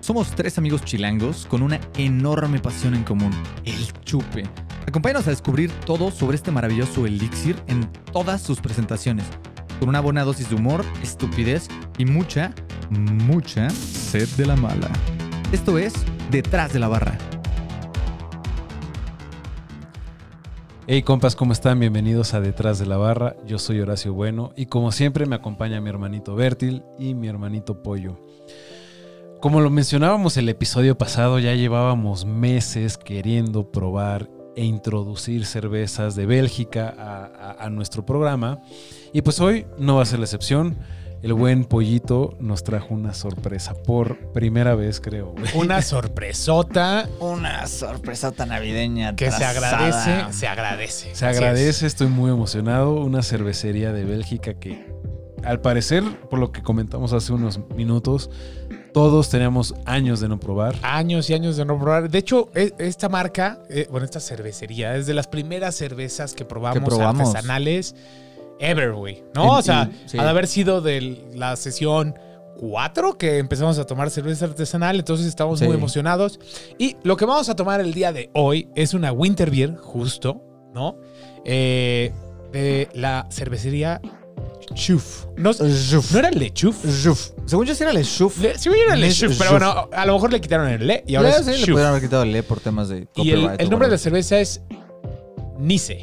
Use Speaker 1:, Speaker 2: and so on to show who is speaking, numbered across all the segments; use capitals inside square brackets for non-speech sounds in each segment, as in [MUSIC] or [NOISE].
Speaker 1: Somos tres amigos chilangos con una enorme pasión en común, el chupe. Acompáñanos a descubrir todo sobre este maravilloso elixir en todas sus presentaciones, con una buena dosis de humor, estupidez y mucha, mucha sed de la mala. Esto es Detrás de la Barra.
Speaker 2: Hey compas, ¿cómo están? Bienvenidos a Detrás de la Barra. Yo soy Horacio Bueno y como siempre me acompaña mi hermanito Bertil y mi hermanito Pollo. Como lo mencionábamos el episodio pasado, ya llevábamos meses queriendo probar e introducir cervezas de Bélgica a, a- a nuestro programa. Y pues hoy no va a ser la excepción. El buen pollito nos trajo una sorpresa por primera vez, creo. güey.
Speaker 3: Una sorpresota
Speaker 1: Una sorpresota navideña.
Speaker 3: que se agradece, se agradece.
Speaker 2: Se
Speaker 3: Así
Speaker 2: agradece, estoy muy emocionado. Una cervecería de Bélgica que, al parecer, por lo que comentamos hace unos minutos, todos teníamos años de no probar.
Speaker 3: es. Años y años de no probar. De hecho, e- esta marca, eh, bueno, esta cervecería es de las primeras cervezas que probamos,
Speaker 1: Que probamos.
Speaker 3: artesanales ever, güey.
Speaker 1: En-
Speaker 3: ¿No? o sea,
Speaker 1: y- sí.
Speaker 3: al haber sido de la sesión 4 que empezamos a tomar cerveza artesanal, entonces estamos
Speaker 1: Sí.
Speaker 3: muy emocionados. Y lo que vamos a tomar el día de hoy es una Winter Beer, justo, ¿no? Eh, de la cervecería Chuf. No, ¿No era el de Chuf?
Speaker 1: Según yo, sí era el Shuf.
Speaker 3: Le- sí, era el
Speaker 1: Le-
Speaker 3: Schuf,
Speaker 1: Schuf.
Speaker 3: pero bueno, a lo mejor le quitaron el le y ahora
Speaker 1: Ya,
Speaker 3: es
Speaker 1: sí, le
Speaker 3: Schuf.
Speaker 1: pudieron haber quitado el E por temas de
Speaker 3: Y el,
Speaker 1: copyright
Speaker 3: el
Speaker 1: o
Speaker 3: nombre de la
Speaker 1: whatever.
Speaker 3: cerveza es Nice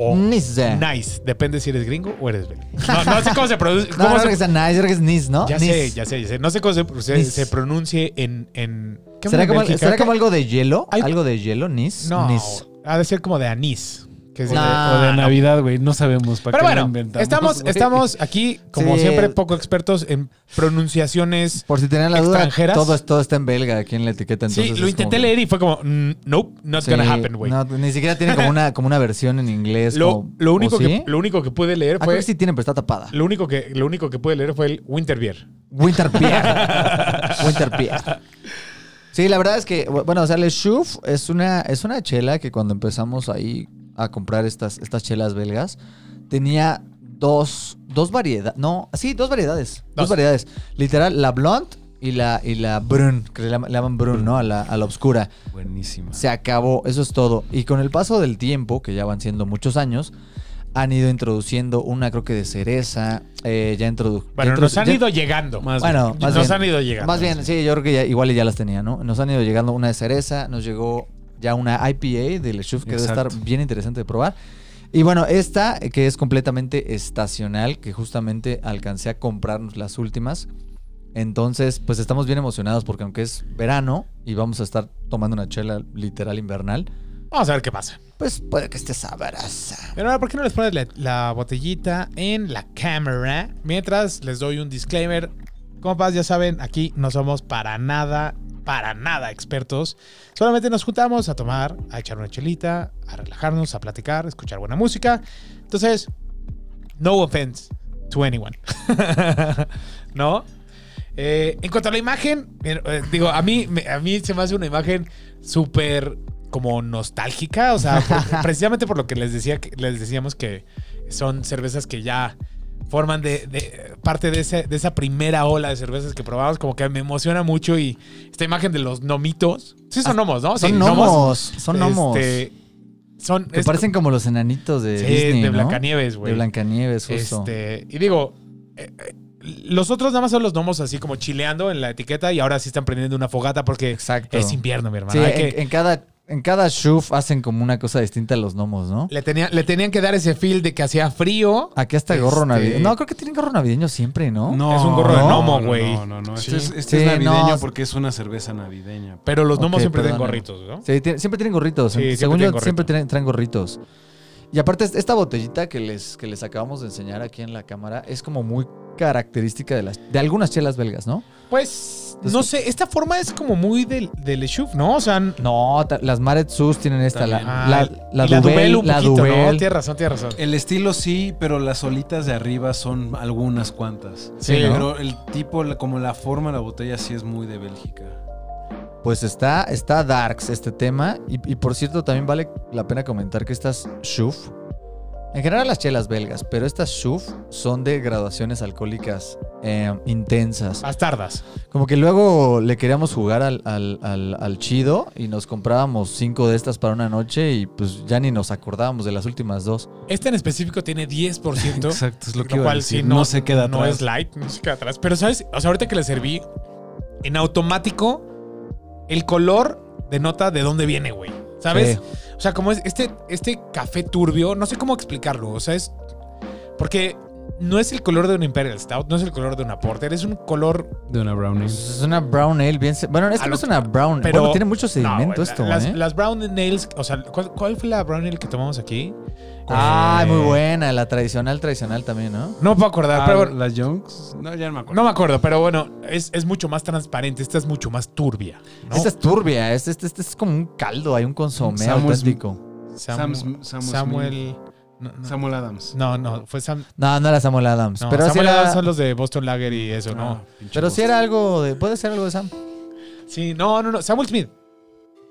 Speaker 3: o
Speaker 1: Nice.
Speaker 3: Nice, depende si eres gringo o eres belga. No, no sé
Speaker 1: [LAUGHS]
Speaker 3: cómo se produce.
Speaker 1: No,
Speaker 3: cómo
Speaker 1: no
Speaker 3: se-
Speaker 1: creo que sea nice, yo creo que es Nice, ¿no?
Speaker 3: ya
Speaker 1: Nice.
Speaker 3: sé, ya sé, ya sé. No sé cómo se, se,
Speaker 1: Nice.
Speaker 3: se pronuncie en. en ¿qué
Speaker 1: ¿Será
Speaker 3: en
Speaker 1: como,
Speaker 3: Bélgica?
Speaker 1: será
Speaker 3: ¿Qué?
Speaker 1: como algo de hielo?
Speaker 3: Hay-
Speaker 1: ¿Algo de hielo? ¿Nis?
Speaker 3: No,
Speaker 1: ¿Nis?
Speaker 3: ha de ser como de anís. Que es
Speaker 2: O de-
Speaker 3: de-
Speaker 1: Nah.
Speaker 2: o de
Speaker 1: no.
Speaker 2: Navidad, güey. Ah, No sabemos para
Speaker 3: Pero
Speaker 2: qué lo
Speaker 3: bueno,
Speaker 2: inventamos.
Speaker 3: estamos,
Speaker 2: güey.
Speaker 3: estamos aquí, como
Speaker 1: Sí.
Speaker 3: siempre, poco expertos en pronunciaciones
Speaker 1: Por si tenían la duda,
Speaker 3: ¿Extranjeras?
Speaker 1: todo, es- todo está en belga aquí en la etiqueta.
Speaker 3: Sí,
Speaker 1: Entonces
Speaker 3: lo
Speaker 1: es como
Speaker 3: intenté
Speaker 1: que-
Speaker 3: leer y fue como, "Mm, nope, not
Speaker 1: Sí,
Speaker 3: gonna happen, güey.
Speaker 1: no, ni siquiera tiene como una, como una versión en inglés.
Speaker 3: lo,
Speaker 1: como-
Speaker 3: lo
Speaker 1: ¿o
Speaker 3: único
Speaker 1: sí?
Speaker 3: que, lo único que pude leer
Speaker 1: Ah, creo
Speaker 3: fue.
Speaker 1: que sí tiene, pero está tapada.
Speaker 3: Lo único que, lo único que pude leer fue el Winter Beer.
Speaker 1: Winter Beer.
Speaker 3: [LAUGHS]
Speaker 1: Winter Beer. Sí, la verdad es que, bu- bueno, o sea, Le Chouf es una, es una chela que cuando empezamos ahí a comprar estas, estas chelas belgas, tenía dos, dos variedades. No, sí, dos variedades. Dos,
Speaker 3: Dos.
Speaker 1: variedades. Literal, la blonde y la, y la brun, que le llaman, le llaman brun, ¿no? A la, a la oscura.
Speaker 2: Buenísima.
Speaker 1: Se acabó, eso es todo. Y con el paso del tiempo, que ya van siendo muchos años, han ido introduciendo una, creo que de cereza. eh, ya introdu ya
Speaker 3: Bueno,
Speaker 1: introdu-
Speaker 3: nos han
Speaker 1: ya-
Speaker 3: ido llegando.
Speaker 2: Más
Speaker 1: Bueno,
Speaker 2: bien.
Speaker 1: más
Speaker 3: nos
Speaker 1: bien.
Speaker 3: han ido llegando.
Speaker 1: Más bien, sí, yo creo que ya, igual y ya las tenía, ¿no? Nos han ido llegando una de cereza, nos llegó ya una IPA de Lechuf que debe
Speaker 2: Exacto.
Speaker 1: estar bien interesante de probar. Y bueno, esta eh, que es completamente estacional, que justamente alcancé a comprarnos las últimas. Entonces, pues estamos bien emocionados porque aunque es verano y vamos a estar tomando una chela literal invernal,
Speaker 3: Vamos a ver qué pasa.
Speaker 1: pues puede que esté sabrosa.
Speaker 3: Pero ahora, ¿por qué no les pones la, la botellita en la cámara? Mientras les doy un disclaimer. Compas, ya saben, aquí no somos para nada, para nada expertos. Solamente nos juntamos a tomar, a echar una chelita, a relajarnos, a platicar, a escuchar buena música. Entonces, no offense to anyone. [LAUGHS] ¿No? Eh, en cuanto a la imagen, eh, eh, digo, a mí, me- a mí se me hace una imagen súper como nostálgica, o sea,
Speaker 1: [LAUGHS]
Speaker 3: por- precisamente por lo que les decía, que- les decíamos que son cervezas que ya forman de, de- parte de, ese- de esa primera ola de cervezas que probamos, como que me emociona mucho y esta imagen de los nomitos, sí son gnomos, ¿no? Sí,
Speaker 1: Ah, Son gnomos, son gnomos.
Speaker 3: Este, son,
Speaker 1: Que
Speaker 3: es-
Speaker 1: parecen como los enanitos de
Speaker 3: sí,
Speaker 1: Disney,
Speaker 3: de
Speaker 1: ¿no?
Speaker 3: Blancanieves, güey.
Speaker 1: De Blancanieves, justo.
Speaker 3: Este, y digo, eh, eh, los otros nada más son los gnomos así como chileando en la etiqueta y ahora sí están prendiendo una fogata porque
Speaker 1: Exacto.
Speaker 3: es invierno, mi hermano.
Speaker 1: Sí,
Speaker 3: Hay
Speaker 1: en,
Speaker 3: que-
Speaker 1: en cada, en cada shuf hacen como una cosa distinta a los gnomos, ¿no?
Speaker 3: le, tenía- le tenían que dar ese feel de que hacía frío.
Speaker 1: Aquí hasta gorro
Speaker 3: Este-
Speaker 1: navideño. No, creo que tienen gorro navideño siempre, ¿no?
Speaker 3: Es un gorro de
Speaker 2: no,
Speaker 3: gnomo,
Speaker 2: no,
Speaker 3: güey.
Speaker 2: No, no, no. Este,
Speaker 3: Sí.
Speaker 2: es, este
Speaker 1: Sí,
Speaker 2: es navideño
Speaker 1: no.
Speaker 2: porque es una cerveza navideña.
Speaker 3: Pero los gnomos
Speaker 1: Ok,
Speaker 3: siempre tienen
Speaker 1: perdóname.
Speaker 3: gorritos, ¿no?
Speaker 1: Sí, tiene- siempre tienen gorritos.
Speaker 3: Sí, siempre
Speaker 1: Según
Speaker 3: tienen
Speaker 1: yo,
Speaker 3: gorrito.
Speaker 1: siempre tienen- traen gorritos. Y aparte, es- esta botellita que les, que les acabamos de enseñar aquí en la cámara es como muy característica de las de algunas chelas belgas, ¿no?
Speaker 3: Pues, no sé, esta forma es como muy del, del Echuf, ¿no? O sea, n- ah,
Speaker 1: No, ta- las Maret Sus tienen esta, la,
Speaker 2: También.
Speaker 1: la, la
Speaker 3: y la
Speaker 1: Duvel,
Speaker 3: Duvel un
Speaker 1: la
Speaker 3: poquito,
Speaker 1: Duvel.
Speaker 3: ¿no? Tienes razón, tienes razón.
Speaker 2: El estilo sí, pero las olitas de arriba son algunas cuantas.
Speaker 3: Sí,
Speaker 1: ¿no?
Speaker 2: Pero el tipo, la- como la forma de la botella sí es muy de Bélgica.
Speaker 1: Pues está, está Darks este tema. Y, y por cierto, también vale la pena comentar que estas Shuf En general las chelas belgas, pero estas Schuf son de graduaciones alcohólicas eh, intensas.
Speaker 3: Bastardas.
Speaker 1: Como que luego le queríamos jugar al, al- al- al chido y nos comprábamos cinco de estas para una noche y pues ya ni nos acordábamos de las últimas dos.
Speaker 3: Este en específico tiene
Speaker 1: [LAUGHS]
Speaker 3: 10%.
Speaker 2: Exacto, es lo
Speaker 3: Lo
Speaker 2: que iba a
Speaker 3: cual,
Speaker 2: decir.
Speaker 3: sí,
Speaker 2: no, se queda
Speaker 3: No
Speaker 2: atrás.
Speaker 3: es light, no se queda atrás. Pero, ¿sabes? O sea, ahorita que le serví, en automático, el color denota de dónde viene, güey. ¿Sabes?
Speaker 1: Sí.
Speaker 3: O sea, como es este, este café turbio, no sé cómo explicarlo. O sea, es. Porque no es el color de un Imperial Stout, no es el color de una Porter, es un color.
Speaker 2: De una brownie.
Speaker 1: Es una brown ale bien... se- Bueno, es
Speaker 3: A
Speaker 1: que no
Speaker 3: lo-
Speaker 1: es una brown...
Speaker 3: pero-
Speaker 1: bueno, tiene mucho
Speaker 3: No,
Speaker 1: sedimento
Speaker 3: güey,
Speaker 1: esto,
Speaker 3: las,
Speaker 1: ¿eh?
Speaker 3: las Brown Nails, o sea, ¿cuál, cuál fue la Brown Ale que tomamos aquí?
Speaker 1: Ay,
Speaker 3: Eh,
Speaker 1: muy buena. La tradicional, tradicional también, ¿no?
Speaker 3: No me puedo acordar,
Speaker 2: Ah,
Speaker 3: pero bueno,
Speaker 2: las Youngs. No, ya no me acuerdo.
Speaker 3: no me acuerdo, pero bueno, es, es mucho más transparente, esta es mucho más turbia. ¿no?
Speaker 1: Esta es turbia. Este, este, este es como un caldo. Hay un consomé
Speaker 2: Samuel-
Speaker 1: auténtico.
Speaker 3: Samu-
Speaker 2: Sam- Sam
Speaker 3: Samuel. No, no.
Speaker 2: Samuel Adams.
Speaker 3: no, no, fue Sam.
Speaker 1: No, no era Samuel Adams.
Speaker 3: No,
Speaker 1: pero sí
Speaker 3: Samuel
Speaker 1: era-
Speaker 3: Adams son los de Boston Lager y eso,
Speaker 2: Ah,
Speaker 3: ¿no?
Speaker 2: pinche
Speaker 1: Pero
Speaker 2: voz.
Speaker 1: sí era algo de. Puede ser algo de Sam.
Speaker 3: Sí, no, no, no. Samuel Smith.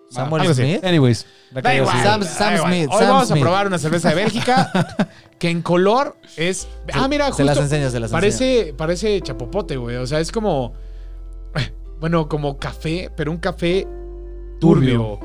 Speaker 1: Samuel
Speaker 3: algo así.
Speaker 1: Smith.
Speaker 2: Anyways. la
Speaker 3: Da
Speaker 2: cagué
Speaker 3: igual,
Speaker 2: así.
Speaker 1: Sam-
Speaker 3: da
Speaker 1: Sam
Speaker 3: igual.
Speaker 1: Smith,
Speaker 3: Hoy
Speaker 1: Sam
Speaker 3: vamos
Speaker 1: Smith.
Speaker 3: a probar una cerveza de Bélgica
Speaker 1: [LAUGHS]
Speaker 3: que en color es. Ah, mira,
Speaker 1: Se las
Speaker 3: justo.
Speaker 1: enseño, se las enseño.
Speaker 3: Parece, parece chapopote, güey. O sea, es como. [LAUGHS] Bueno, como café, pero un café turbio.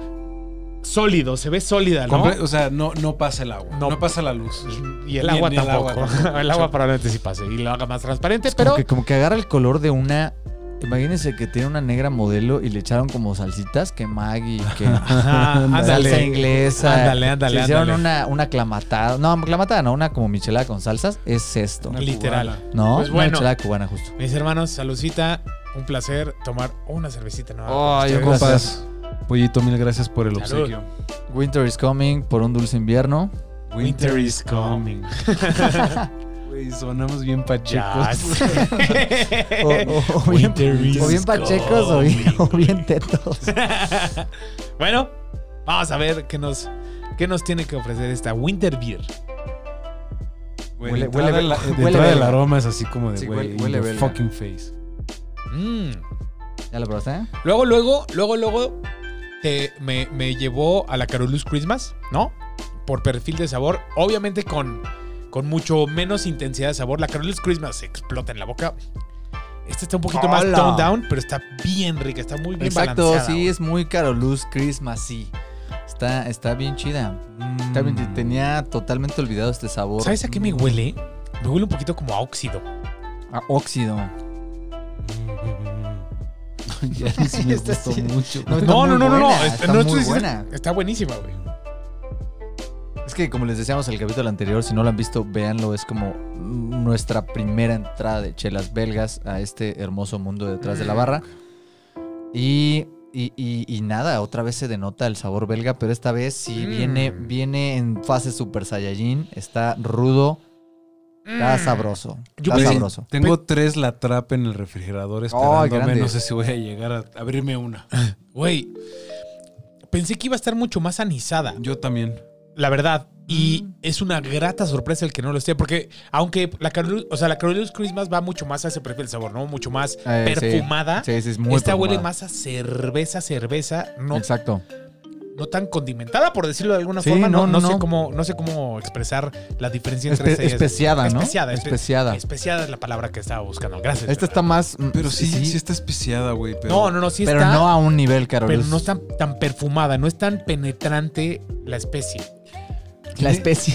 Speaker 3: Sólido, se ve sólida, ¿no?
Speaker 2: Comple- O sea, no, no pasa el agua. No,
Speaker 3: No.
Speaker 2: pasa la luz.
Speaker 3: Y el
Speaker 2: Ni-
Speaker 3: agua
Speaker 2: ni el agua
Speaker 3: tampoco. [LAUGHS] el agua probablemente sí pase y lo haga más transparente,
Speaker 1: Como,
Speaker 3: pero.
Speaker 1: que, como que agarra el color de una. Imagínense que tiene una negra modelo y le echaron como salsitas que Maggie,
Speaker 3: [LAUGHS]
Speaker 1: que
Speaker 3: Ajá,
Speaker 1: salsa inglesa.
Speaker 3: Ándale, ándale,
Speaker 1: Se hicieron
Speaker 3: ándale.
Speaker 1: una, una clamatada. No, clamatada no, una como michelada con salsas. Es esto.
Speaker 2: Una
Speaker 3: Literal.
Speaker 2: cubana.
Speaker 1: ¿No?
Speaker 3: Pues
Speaker 1: Una
Speaker 3: bueno.
Speaker 1: michelada cubana, justo.
Speaker 3: Mis hermanos, saludcita. Un placer tomar una cervecita nueva. con
Speaker 1: Ay,
Speaker 3: ustedes.
Speaker 1: un placer.
Speaker 2: Compas, Pollito, mil gracias por el
Speaker 3: Salud.
Speaker 2: obsequio.
Speaker 1: Winter is coming por un dulce
Speaker 2: [LAUGHS]
Speaker 1: invierno.
Speaker 3: Winter is coming.
Speaker 2: Güey, sonamos bien pachecos.
Speaker 3: Chicos.
Speaker 1: [LAUGHS] O, o- o bien,
Speaker 3: Winter is
Speaker 1: o bien pachecos o bien, o bien tetos.
Speaker 3: [LAUGHS] bueno, vamos a ver qué nos, qué nos tiene que ofrecer esta Winter Beer.
Speaker 2: Güey,
Speaker 1: Huele-
Speaker 2: de entrada
Speaker 1: huele-
Speaker 2: la- de
Speaker 1: huele
Speaker 2: entrada
Speaker 1: belga.
Speaker 2: el aroma es así como de,
Speaker 1: Sí,
Speaker 2: güey,
Speaker 1: huele-
Speaker 2: in
Speaker 1: huele
Speaker 2: your
Speaker 1: belga.
Speaker 2: fucking face.
Speaker 3: Mm.
Speaker 1: ¿Ya lo probaste? eh?
Speaker 3: Luego, luego, luego, luego te- me, me llevó a la Carolus Christmas, ¿no? Por perfil de sabor, obviamente con, con mucho menos intensidad de sabor. La Carolus Christmas se explota en la boca. Esta está un poquito más
Speaker 1: Hola.
Speaker 3: toned down, pero está bien rica, está muy bien
Speaker 1: Exacto,
Speaker 3: balanceada.
Speaker 1: sí, es muy Carolus Christmas, sí. Está, está bien chida. Está bien-
Speaker 2: Mm.
Speaker 1: tenía totalmente olvidado este sabor.
Speaker 3: ¿Sabes a qué me huele? Me huele un poquito como a óxido.
Speaker 1: A Ah, óxido.
Speaker 2: [LAUGHS] ya ni
Speaker 1: [LAUGHS]
Speaker 2: si me
Speaker 1: Esta
Speaker 2: gustó
Speaker 1: Este sí.
Speaker 2: mucho.
Speaker 1: No,
Speaker 3: No, no, no, no, no.
Speaker 1: buena,
Speaker 3: este-
Speaker 1: está
Speaker 3: no
Speaker 1: muy
Speaker 3: estoy diciendo-
Speaker 1: buena.
Speaker 3: Está buenísima, güey.
Speaker 1: Es que como les decíamos en el capítulo anterior, si no lo han visto, véanlo. Es como nuestra primera entrada de chelas belgas a este hermoso mundo detrás de la barra. Y, y- y- y nada, otra vez se denota el sabor belga, pero esta vez sí
Speaker 3: Mm.
Speaker 1: viene, viene en fase super saiyajin. Está rudo, está
Speaker 3: Mm.
Speaker 1: sabroso.
Speaker 3: Yo
Speaker 1: Está
Speaker 2: Güey,
Speaker 3: pensé-
Speaker 1: sabroso.
Speaker 2: Tengo tres la trap en el refrigerador
Speaker 1: Ay,
Speaker 2: esperándome.
Speaker 1: grande.
Speaker 2: no sé si voy a llegar a abrirme una.
Speaker 3: Güey, pensé que iba a estar mucho más anisada,
Speaker 2: Yo también.
Speaker 3: la verdad. Y es una grata sorpresa el que no lo esté, porque aunque la Carolus, o sea, la Carolus Christmas va mucho más a ese perfil de sabor, ¿no? Mucho más
Speaker 1: Eh, sí.
Speaker 3: perfumada.
Speaker 1: Sí, sí, es muy
Speaker 3: Esta huele
Speaker 1: perfumada.
Speaker 3: más a cerveza, cerveza, no,
Speaker 1: Exacto.
Speaker 3: no tan condimentada, por decirlo de alguna
Speaker 1: Sí,
Speaker 3: forma. No,
Speaker 1: no,
Speaker 3: no,
Speaker 1: no,
Speaker 3: sé
Speaker 1: no.
Speaker 3: cómo, no sé cómo expresar la diferencia entre
Speaker 1: Espe-
Speaker 3: ellas.
Speaker 1: especiada, ¿no?
Speaker 3: Especiada, espe-
Speaker 1: Especiada.
Speaker 3: especiada es la palabra que estaba buscando. Gracias.
Speaker 1: Esta está
Speaker 3: Fernando.
Speaker 1: más... mm,
Speaker 2: Pero sí, sí, está especiada, güey. Pero...
Speaker 3: No, no, no, sí
Speaker 1: Pero
Speaker 3: está.
Speaker 1: no a un nivel, Carolus.
Speaker 3: pero no es tan, tan perfumada, no es tan penetrante la especie.
Speaker 1: La especie.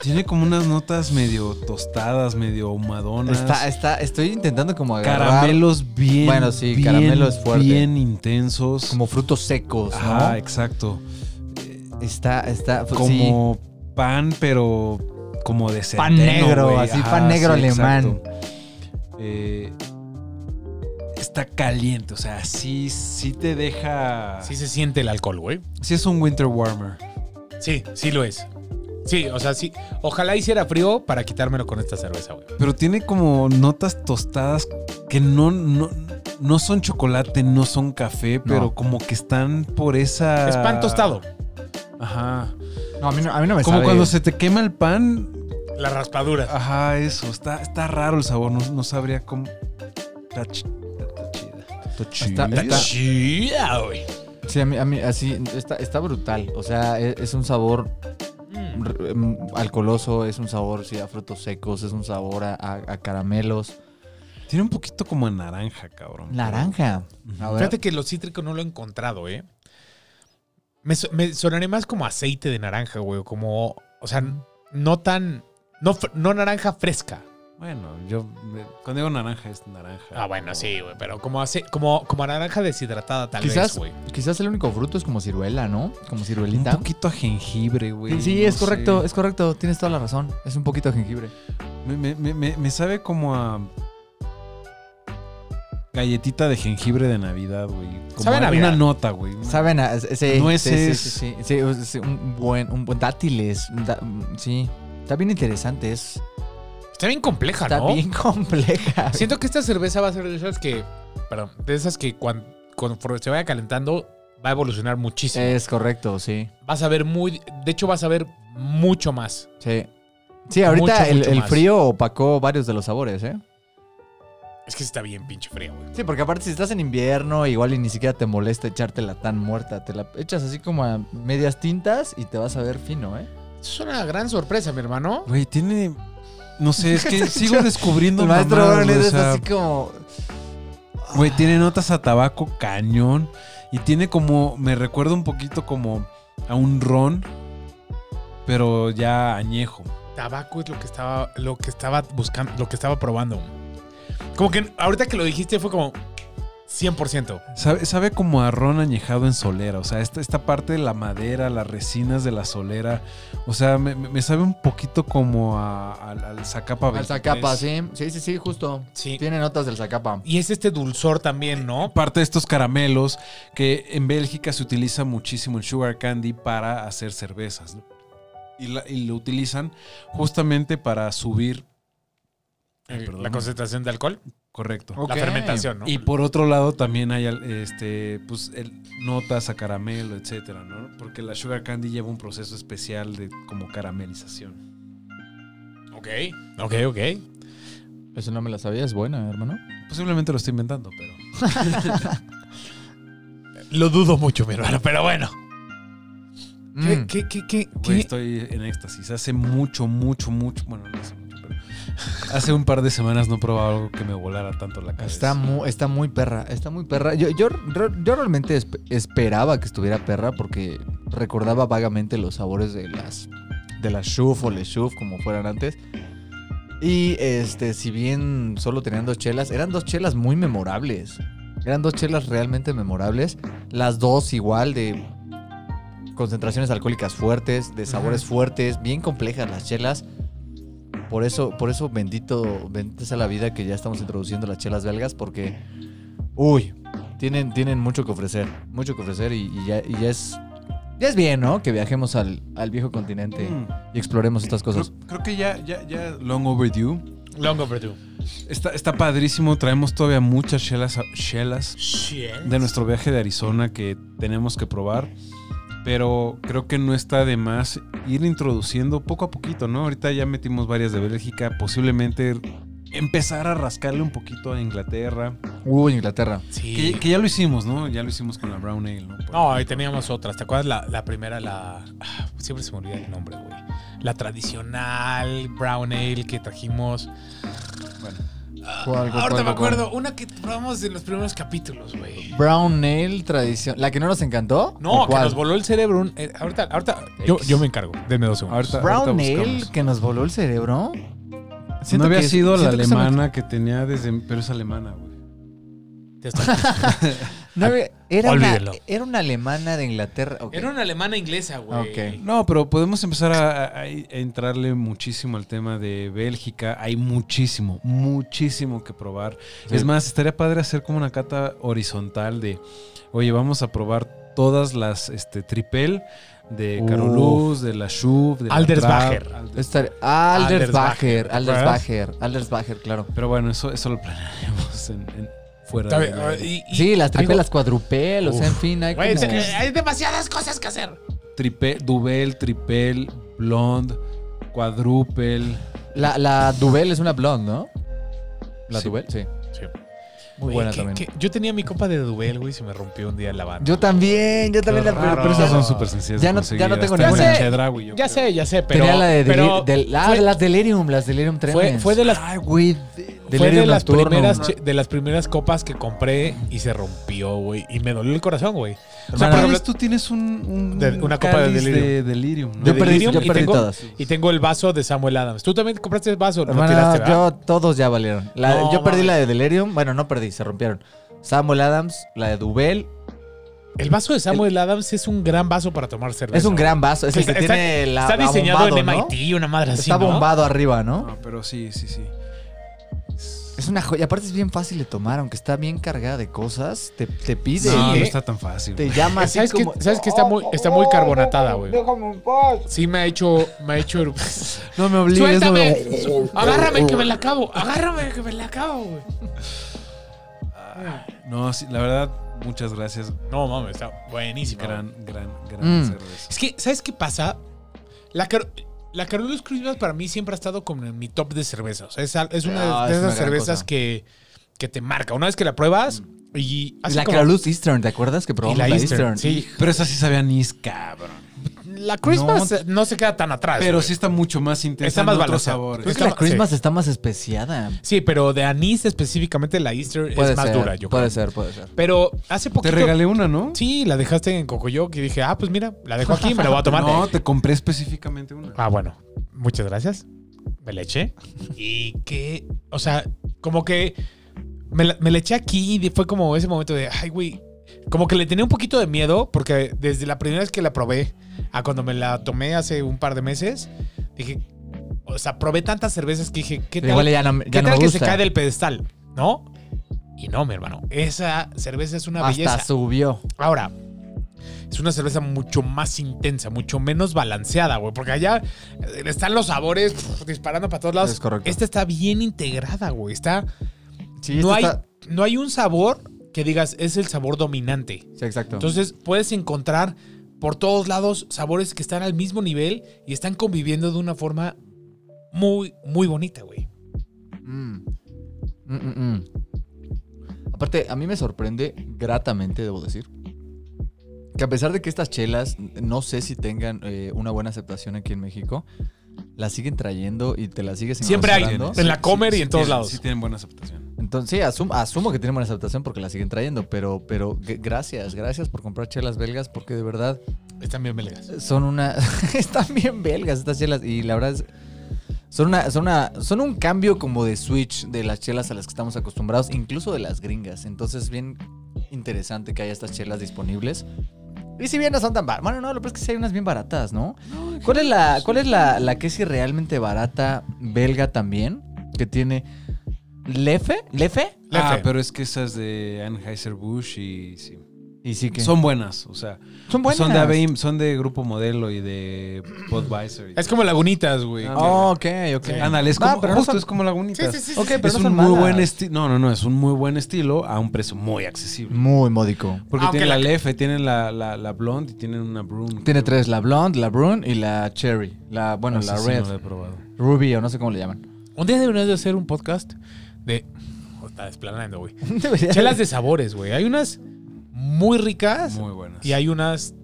Speaker 2: Tiene como unas notas medio tostadas, medio ahumadonas.
Speaker 1: Está, está, estoy intentando como agarrar...
Speaker 2: caramelos bien.
Speaker 1: Bueno, sí,
Speaker 2: bien,
Speaker 1: caramelo es fuerte.
Speaker 2: Bien intensos.
Speaker 1: como frutos secos, ¿no?
Speaker 2: Ajá, exacto.
Speaker 1: Está, está, pues, sí.
Speaker 2: Como pan, pero como de centeno,
Speaker 1: Pan negro,
Speaker 2: güey.
Speaker 1: así, pan negro alemán.
Speaker 2: exacto. Eh, está caliente, o sea, sí, sí te
Speaker 1: Ah.
Speaker 2: deja.
Speaker 3: Sí se siente el alcohol, güey.
Speaker 2: sí es un winter warmer.
Speaker 3: Sí, sí lo es. Sí, o sea, sí. Ojalá hiciera frío para quitármelo con esta cerveza, güey.
Speaker 2: Pero tiene como notas tostadas que no, no, no son chocolate, no son café, pero como que están por esa.
Speaker 3: Es
Speaker 1: Ah.
Speaker 3: pan tostado.
Speaker 2: Ajá.
Speaker 1: No, a mí no, a mí no me
Speaker 2: Como
Speaker 1: Pues sabe.
Speaker 2: cuando se te quema el pan.
Speaker 3: La
Speaker 1: Ah,
Speaker 3: raspadura.
Speaker 2: Ajá, eso. Está, está raro el sabor. No, no sabría cómo. Está, chi- está chida. Está chida.
Speaker 1: Está- está-
Speaker 3: chida, güey.
Speaker 1: Sí, a mí, a mí, así, está, está brutal. O sea, e- es, un sabor
Speaker 3: Mm.
Speaker 1: r- em, alcoholoso, es un sabor sí, a frutos secos, es un sabor a, a- a caramelos.
Speaker 2: Tiene un poquito como a naranja, cabrón. pero-
Speaker 1: Naranja. A ver.
Speaker 3: Fíjate que lo cítrico no lo he encontrado, ¿eh? Me, so- me sonaré más como aceite de naranja, güey. Como, o sea, no tan. No, fr- no naranja fresca.
Speaker 2: Bueno, yo. me- Cuando digo naranja es naranja.
Speaker 3: Ah, bueno, sí, güey. Pero como, ace- como, como naranja deshidratada, tal vez,
Speaker 1: Quizás,
Speaker 3: güey.
Speaker 1: quizás el único fruto es como ciruela, ¿no? Como
Speaker 2: Un
Speaker 1: ciruelita.
Speaker 2: poquito a jengibre, güey.
Speaker 1: sí,
Speaker 2: no
Speaker 1: es
Speaker 2: sé.
Speaker 1: correcto, es correcto. Tienes toda la razón. Es un poquito de jengibre.
Speaker 2: Me, me- me- me- me sabe como a. Galletita de jengibre de Navidad, güey. Como
Speaker 3: Sabe a
Speaker 2: a-
Speaker 3: Navidad.
Speaker 2: Una nota, güey. Una-
Speaker 1: Saben a ese
Speaker 2: Nueces.
Speaker 1: Sí, sí, sí, sí, sí, sí, un buen, un buen dátiles. da- sí. Está bien interesante, es,
Speaker 3: Está bien compleja,
Speaker 1: está
Speaker 3: ¿no?
Speaker 1: bien [LAUGHS] compleja.
Speaker 3: Siento que esta cerveza va a ser de esas que. Perdón, de esas que cuando, conforme se vaya calentando, va a evolucionar muchísimo.
Speaker 1: Es correcto, sí.
Speaker 3: Vas a ver muy. De hecho, vas a ver mucho más.
Speaker 1: Sí. Sí, ahorita
Speaker 3: Mucho,
Speaker 1: el,
Speaker 3: mucho
Speaker 1: el
Speaker 3: más.
Speaker 1: frío opacó varios de los sabores, ¿eh?
Speaker 3: Es que está bien pinche fría, güey.
Speaker 1: Sí, porque aparte si estás en invierno, igual y ni siquiera te molesta echártela tan muerta. Te la echas así como a medias tintas y te vas a ver fino, ¿eh?
Speaker 3: Es una gran sorpresa, mi hermano.
Speaker 2: Güey, tiene. No
Speaker 1: [LAUGHS]
Speaker 2: sé, es que sigo descubriendo.
Speaker 1: El maestro
Speaker 2: mamadas,
Speaker 1: Órale
Speaker 2: güey, o
Speaker 1: es
Speaker 2: sea,
Speaker 1: así como...
Speaker 2: Güey, tiene notas a tabaco cañón. Y tiene como. Me recuerda un poquito como a un ron. Pero ya añejo.
Speaker 3: Tabaco es lo que estaba, lo que estaba buscando, lo que estaba probando. Como que ahorita que lo dijiste fue como 100%.
Speaker 2: Sabe, sabe como a ron añejado en solera. O sea, esta, esta parte de la madera, las resinas de la solera. O sea, me, me- me sabe un poquito como a, al, al Zacapa
Speaker 1: Al
Speaker 2: 23.
Speaker 1: Zacapa, sí. Sí, sí, sí, justo.
Speaker 3: Sí.
Speaker 1: Tiene notas del Zacapa.
Speaker 3: Y es este dulzor también, ¿no?
Speaker 2: Parte de estos caramelos que en Bélgica se utiliza muchísimo el sugar candy para hacer cervezas. ¿no? Y, la- y lo utilizan justamente para subir. Ay, perdón.
Speaker 3: Eh, La concentración de alcohol,
Speaker 2: Correcto.
Speaker 1: Ok.
Speaker 3: la fermentación, ¿no?
Speaker 2: Y por otro lado también hay al- este, pues, el- notas a caramelo, etcétera, ¿no? Porque la sugar candy lleva un proceso especial de como caramelización.
Speaker 3: ok, ok, ok.
Speaker 1: Eso no me la sabía, es buena, hermano.
Speaker 2: Posiblemente lo estoy inventando, pero
Speaker 3: Lo dudo mucho, mi hermano, pero bueno.
Speaker 1: Mm.
Speaker 3: ¿Qué, qué, qué,
Speaker 2: güey, estoy en éxtasis. Hace mucho, mucho, mucho, bueno, no hace mucho, pero [LAUGHS] hace un par de semanas no probaba algo que me volara tanto la cabeza.
Speaker 1: Está, mu- está muy perra, está muy perra. Yo, yo, yo- yo realmente esp- esperaba que estuviera perra porque recordaba vagamente los sabores de las de las shuf o les shuf, como fueran antes. Y este, si bien solo tenían dos chelas, eran dos chelas muy memorables. Eran dos chelas realmente memorables. Las dos igual de concentraciones alcohólicas fuertes, de sabores fuertes, bien complejas las chelas. Por eso, por eso bendito, bendita sea la vida que ya estamos introduciendo las chelas belgas porque, uy, tienen, tienen mucho que ofrecer, mucho que ofrecer y, y ya, y ya es, ya es bien, ¿no? Que viajemos al, al viejo continente
Speaker 2: Mm.
Speaker 1: y exploremos estas
Speaker 2: Creo,
Speaker 1: cosas.
Speaker 2: creo que ya, ya, ya long overdue.
Speaker 3: Long overdue.
Speaker 2: Está, está padrísimo. Traemos todavía muchas chelas, chelas de nuestro viaje de Arizona que tenemos que probar. Pero creo que no está de más ir introduciendo poco a poquito, ¿no? Ahorita ya metimos varias de Bélgica, posiblemente empezar a rascarle un poquito a Inglaterra.
Speaker 1: Uy, Inglaterra.
Speaker 3: Sí.
Speaker 2: Que, que ya lo hicimos, ¿no? Ya lo hicimos con la Brown Ale, ¿no? Por-
Speaker 3: No, ahí teníamos otras. ¿Te acuerdas la, la primera, la. ah, Siempre se me olvida el nombre, güey. La tradicional Brown Ale que trajimos.
Speaker 2: bueno.
Speaker 1: ¿Cuál, cuál,
Speaker 3: Ahorita
Speaker 1: cuál,
Speaker 3: me
Speaker 1: cuál?
Speaker 3: acuerdo. Una que probamos en los primeros capítulos, güey.
Speaker 1: Brown Nail tradición. ¿La que no nos encantó?
Speaker 3: No,
Speaker 1: ¿O
Speaker 3: que
Speaker 1: cuál?
Speaker 3: nos voló el cerebro. un- eh, ahorita, ahorita. Yo, yo me encargo. Denme dos segundos.
Speaker 2: Ahorita-
Speaker 1: Brown
Speaker 2: buscamos.
Speaker 1: Nail que nos voló el cerebro. Siento
Speaker 2: no había
Speaker 1: que-
Speaker 2: sido la
Speaker 1: siento que se me-
Speaker 2: alemana que tenía desde... Pero es alemana, güey.
Speaker 3: Te estoy-
Speaker 1: No había- era, una,
Speaker 3: Olvídelo.
Speaker 1: era una alemana de Inglaterra. ok.
Speaker 3: [LAUGHS] Era una alemana inglesa, güey.
Speaker 1: Ok.
Speaker 2: No, pero podemos empezar a, a- a entrarle muchísimo al tema de Bélgica. Hay muchísimo, muchísimo que probar.
Speaker 1: Sí.
Speaker 2: Es más, estaría padre hacer como una cata horizontal de, oye, vamos a probar todas las este, tripel de
Speaker 1: Uf.
Speaker 2: Carolus, de la Schub, de la
Speaker 3: Aldersbacher.
Speaker 2: Trap, Alders-
Speaker 1: Esta- Aldersbacher,
Speaker 3: Aldersbacher, ¿te
Speaker 1: Aldersbacher, Aldersbacher, claro.
Speaker 2: Pero bueno, eso, eso lo planearemos en, en- fuera
Speaker 3: Está
Speaker 2: de
Speaker 3: bien,
Speaker 2: la-
Speaker 3: y- y-
Speaker 1: Sí, las
Speaker 3: algo-
Speaker 1: tripelas cuadrupel, o sea, en
Speaker 3: Uf.
Speaker 1: fin, hay
Speaker 3: Güey,
Speaker 1: como...
Speaker 3: te- hay demasiadas cosas que hacer.
Speaker 2: Tripe- Dubel, tripel, blond, cuadrupel.
Speaker 1: La, la Duvel es una blonde, ¿no? ¿La
Speaker 2: Sí.
Speaker 1: Duvel? Sí.
Speaker 4: Muy
Speaker 3: Güey,
Speaker 4: buena
Speaker 3: ¿qué-
Speaker 4: también.
Speaker 3: qué? Yo tenía mi copa de Duel, güey, y se me rompió un día en la banda.
Speaker 1: Yo también, yo también la
Speaker 3: raro.
Speaker 1: pero, pero
Speaker 2: Esas
Speaker 1: esas-
Speaker 2: son súper sencillas.
Speaker 1: ya
Speaker 2: de
Speaker 1: no-
Speaker 2: conseguir.
Speaker 1: ya no tengo
Speaker 2: Hasta
Speaker 3: ninguna.
Speaker 2: en Chedraui, yo
Speaker 3: ya
Speaker 2: creo.
Speaker 3: sé, ya sé, pero.
Speaker 1: tenía la de, Delir-
Speaker 3: pero
Speaker 1: del- ah,
Speaker 3: fue-
Speaker 1: las Delirium, las Delirium Tremens.
Speaker 3: fue de las-
Speaker 1: Ay, güey, de-
Speaker 3: Fue
Speaker 1: Delirium
Speaker 3: de las,
Speaker 1: Nocturno.
Speaker 3: primeras, che- de las primeras copas que compré y se rompió, güey. Y me dolió el corazón, güey.
Speaker 2: O
Speaker 3: O sea,
Speaker 2: sea,
Speaker 3: por
Speaker 2: tal
Speaker 3: ejemplo,
Speaker 2: vez tú tienes un, un
Speaker 3: De- una copa de
Speaker 2: cáliz
Speaker 3: delirium.
Speaker 2: de delirium, ¿no?
Speaker 1: Yo
Speaker 3: de
Speaker 1: perdí,
Speaker 3: Delirium
Speaker 1: yo
Speaker 3: y
Speaker 1: perdí
Speaker 3: tengo-
Speaker 1: todas.
Speaker 3: y tengo el vaso de Samuel Adams. Tú también compraste el vaso, lo
Speaker 1: Hermano,
Speaker 3: tiraste, ¿verdad?
Speaker 1: yo todos ya valieron. La-
Speaker 3: No,
Speaker 1: yo perdí
Speaker 3: mames.
Speaker 1: la de Delirium, bueno, no perdí, se rompieron. Samuel Adams, la de Dubel.
Speaker 3: El vaso de Samuel Adams es un gran vaso para tomar cerveza.
Speaker 1: Es un gran vaso, es el que
Speaker 3: Está-
Speaker 1: tiene la
Speaker 3: Está diseñado en
Speaker 1: abombado, ¿no?
Speaker 3: MIT, una madre así,
Speaker 1: Está
Speaker 3: ¿no?
Speaker 1: bombado arriba, ¿no?
Speaker 2: Ah, pero sí, sí, sí.
Speaker 1: Es una joya. Aparte es bien fácil de tomar, aunque está bien cargada de cosas. Te, te pide,
Speaker 2: No, no
Speaker 3: ¿eh?
Speaker 2: está tan fácil.
Speaker 1: te llama así
Speaker 3: ¿Sabes,
Speaker 1: como...
Speaker 3: que, ¿sabes que está muy, está muy carbonatada, güey? Sí, me ha hecho. Me ha hecho.
Speaker 1: [LAUGHS]
Speaker 2: No me obligues. no me-
Speaker 3: ¡Suéltame! ¡Agárrame que me
Speaker 1: Oh.
Speaker 3: la acabo! ¡Agárrame que me la acabo, güey!
Speaker 2: No, sí, la verdad, muchas gracias.
Speaker 3: No, mames, está buenísima. güey.
Speaker 2: Gran, gran, gran
Speaker 1: Mm.
Speaker 2: cerveza.
Speaker 3: Es que, ¿sabes qué pasa? La, Car- la Carolus Christmas para mí siempre ha estado como en mi top de cervezas. O sea, es, al- es una
Speaker 1: Ah,
Speaker 3: de,
Speaker 1: es una
Speaker 3: esas
Speaker 1: gran
Speaker 3: cervezas
Speaker 1: cosa. Mm.
Speaker 3: que, que te marca. Una vez que la pruebas y...
Speaker 1: Y
Speaker 3: hace
Speaker 1: La
Speaker 3: como-
Speaker 1: Carolus Eastern, ¿te acuerdas que
Speaker 3: Y
Speaker 1: probamos
Speaker 3: la
Speaker 1: la,
Speaker 3: Eastern.
Speaker 1: Eastern?
Speaker 3: Sí.
Speaker 2: Pero esa sí sabía anís, cabrón.
Speaker 3: La Christmas eh, no, se queda tan atrás.
Speaker 2: Pero
Speaker 3: güey.
Speaker 2: sí está mucho más intensa.
Speaker 3: Está más
Speaker 2: en
Speaker 3: Pues
Speaker 2: otros
Speaker 3: balanceada.
Speaker 1: Creo
Speaker 2: sabores.
Speaker 1: que
Speaker 3: Está-
Speaker 1: la Christmas está más especiada.
Speaker 3: Sí, pero de anís específicamente la Easter
Speaker 1: Puede
Speaker 3: es más
Speaker 1: ser,
Speaker 3: dura, yo
Speaker 1: Puede
Speaker 3: creo.
Speaker 1: ser, puede ser.
Speaker 3: Pero hace
Speaker 2: Te
Speaker 3: poquito...
Speaker 2: regalé una, ¿no?
Speaker 3: Sí, la dejaste en Cocoyoc y dije, ah, pues mira,
Speaker 1: [LAUGHS]
Speaker 3: la dejo aquí, me la voy a tomar.
Speaker 2: No, te compré específicamente una.
Speaker 3: Ah, bueno. Muchas gracias. Me la eché. Y que, o sea, como que me la, me la eché aquí y de- fue como ese momento de, ay, güey. Como que le tenía un poquito de miedo porque desde la primera vez que la probé a cuando me la tomé hace un par de meses, dije, o sea, probé tantas cervezas que dije, ¿qué tal,
Speaker 1: Igual ya no,
Speaker 3: qué
Speaker 1: ya no me
Speaker 3: tal que
Speaker 1: gusta.
Speaker 3: se cae del pedestal? ¿No? Y no, mi hermano. Esa cerveza es una
Speaker 1: Hasta
Speaker 3: belleza.
Speaker 1: subió.
Speaker 3: Ahora, es una cerveza mucho más intensa, mucho menos balanceada, güey. Porque allá eh, están los sabores pf, disparando para todos lados.
Speaker 1: Es correcto.
Speaker 3: Esta está bien integrada, güey. Está,
Speaker 1: Sí, esta
Speaker 3: no, hay,
Speaker 1: Este está-
Speaker 3: no hay un sabor que digas es el sabor dominante.
Speaker 1: Sí, exacto.
Speaker 3: Entonces puedes encontrar por todos lados sabores que están al mismo nivel y están conviviendo de una forma muy, muy bonita, güey.
Speaker 1: Mm. Mm, mm, mm. Aparte, a mí me sorprende gratamente, debo decir, que a pesar de que estas chelas no sé si tengan eh, una buena aceptación aquí en México, las siguen trayendo y te las sigues
Speaker 3: Siempre hay,
Speaker 1: encontrando.
Speaker 3: En la comer y en todos
Speaker 2: tienen-
Speaker 3: lados.
Speaker 2: Sí tienen buena aceptación.
Speaker 1: Entonces, sí, asum- asumo que tienen buena aceptación porque la siguen trayendo, pero, pero g- gracias, gracias por comprar chelas belgas porque de verdad
Speaker 3: Están bien belgas.
Speaker 1: son una. [LAUGHS] están bien belgas estas chelas y la verdad es. Son, una, son, una, son un cambio como de switch de las chelas a las que estamos acostumbrados, incluso de las gringas. Entonces, bien interesante que haya estas chelas disponibles. Y si bien no son tan baratas. Bueno, no, lo que pasa es que sí hay unas bien baratas, ¿no? ¿Cuál es la, cuál es la, la que es irrealmente barata belga también? Que tiene. ¿Lefe? ¿Lefe?
Speaker 2: Ah,
Speaker 3: Lefe.
Speaker 2: pero es que esas de Anheuser-Busch y sí.
Speaker 1: Y sí que.
Speaker 2: Son buenas, o sea,
Speaker 1: son
Speaker 2: son de Aveim, son de Grupo Modelo y de Budweiser. y
Speaker 3: Es como lagunitas, güey.
Speaker 2: Ah,
Speaker 1: Oh, ok, ok.
Speaker 2: Sí. Ándale, es
Speaker 1: No,
Speaker 2: como,
Speaker 1: pero no
Speaker 2: justo
Speaker 1: son-
Speaker 2: es como Lagunitas.
Speaker 3: Sí, sí, sí,
Speaker 1: Ok, pero
Speaker 2: es
Speaker 1: no
Speaker 2: un
Speaker 1: son
Speaker 2: muy
Speaker 1: malas.
Speaker 2: buen estilo. No, no, no, es un muy buen estilo a un precio muy accesible.
Speaker 1: Muy módico.
Speaker 2: Porque
Speaker 3: Mm. Aunque
Speaker 2: tienen
Speaker 3: la-
Speaker 2: la Lefe, tienen la, la, la Blonde y tienen una Broom.
Speaker 1: Tiene tres, la blonde, la brune y la cherry. La, bueno,
Speaker 3: Ah,
Speaker 2: Esa
Speaker 1: la
Speaker 2: Ah, sí
Speaker 1: red.
Speaker 2: no la he probado.
Speaker 1: Ruby o no sé cómo le
Speaker 3: [LAUGHS]
Speaker 1: llaman.
Speaker 3: Un día deberías de hacer un podcast de. Oh, está desplanando, güey. Chelas de sabores, güey. Hay unas muy ricas
Speaker 2: Muy buenas.
Speaker 3: Ah, y hay unas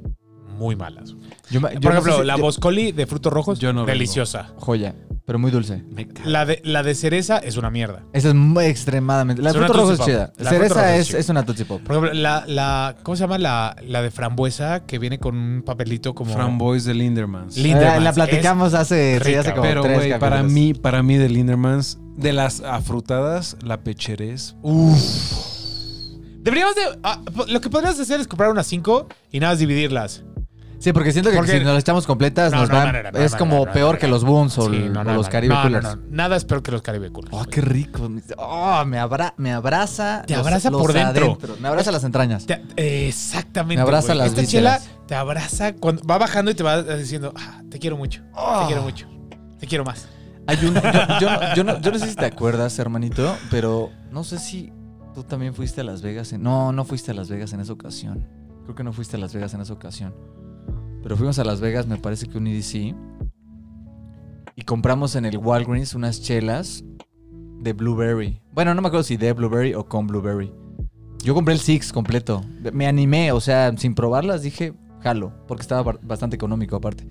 Speaker 3: muy malas. güey.
Speaker 1: Yo me- yo
Speaker 3: Por
Speaker 1: no
Speaker 3: ejemplo,
Speaker 1: sé si-
Speaker 3: la
Speaker 1: yo-
Speaker 3: boscoli de frutos rojos,
Speaker 2: Yo no vengo.
Speaker 3: deliciosa.
Speaker 1: Joya, pero muy dulce.
Speaker 2: Me cago.
Speaker 3: La de, la de cereza es una mierda.
Speaker 1: Esa es muy extremadamente. La
Speaker 3: Es una
Speaker 1: fruta roja es
Speaker 3: Tootsie
Speaker 1: chida.
Speaker 3: Pop. La fruta roja
Speaker 1: Cereza
Speaker 3: es
Speaker 1: es,
Speaker 3: chida.
Speaker 1: es una Tootsie Pop.
Speaker 3: Por ejemplo, la, la ¿cómo se llama? La, la de frambuesa que viene con un papelito como...
Speaker 2: Framboys de Lindermans.
Speaker 3: Lin-
Speaker 1: Eh, La,
Speaker 3: Lindermans,
Speaker 1: platicamos hace, sí,
Speaker 3: rica,
Speaker 1: hace como
Speaker 2: Pero,
Speaker 1: tres
Speaker 2: güey, para
Speaker 1: capítulos.
Speaker 2: mí, para mí de Lindermans, de las afrutadas, la pecherés.
Speaker 3: Deberíamos de... ah, po- lo que podrías hacer es comprar unas cinco y nada más dividirlas.
Speaker 1: Sí, porque siento que
Speaker 3: Porque-
Speaker 1: si nos las echamos completas,
Speaker 3: No,
Speaker 1: nos
Speaker 3: no,
Speaker 1: va-
Speaker 3: no, no, no,
Speaker 1: es
Speaker 3: no,
Speaker 1: como
Speaker 3: no, no,
Speaker 1: peor
Speaker 3: no,
Speaker 1: que
Speaker 3: no.
Speaker 1: los Boons o,
Speaker 3: Sí,
Speaker 1: l-
Speaker 3: no,
Speaker 1: o
Speaker 3: no,
Speaker 1: los
Speaker 3: no,
Speaker 1: Caribe
Speaker 3: no,
Speaker 1: Coolers.
Speaker 3: no, no. Nada es peor que los Caribe Coolers.
Speaker 1: Oh,
Speaker 3: güey.
Speaker 1: qué rico. Oh, me, abra, me abraza.
Speaker 3: Te abraza por dentro.
Speaker 1: Me abraza las entrañas.
Speaker 3: Te- eh, exactamente.
Speaker 1: Me abraza
Speaker 3: güey.
Speaker 1: las
Speaker 3: Esta chela
Speaker 1: vísceras.
Speaker 3: te abraza cuando va bajando y te va diciendo, "Ah, te quiero mucho, te
Speaker 1: Ah.
Speaker 3: quiero mucho, te quiero más.
Speaker 1: Hay un- yo, yo no- yo no, yo no sé si te acuerdas, hermanito, pero no sé si tú también fuiste a Las Vegas. en- no, no fuiste a Las Vegas en esa ocasión. Creo que no fuiste a Las Vegas en esa ocasión. Pero fuimos a Las Vegas, me parece que un E EDC. Y compramos en el Walgreens unas chelas de blueberry. Bueno, no me acuerdo si de blueberry o con blueberry. Yo compré el Six completo. Me animé, o sea, sin probarlas dije, jalo, porque estaba bar- bastante económico aparte.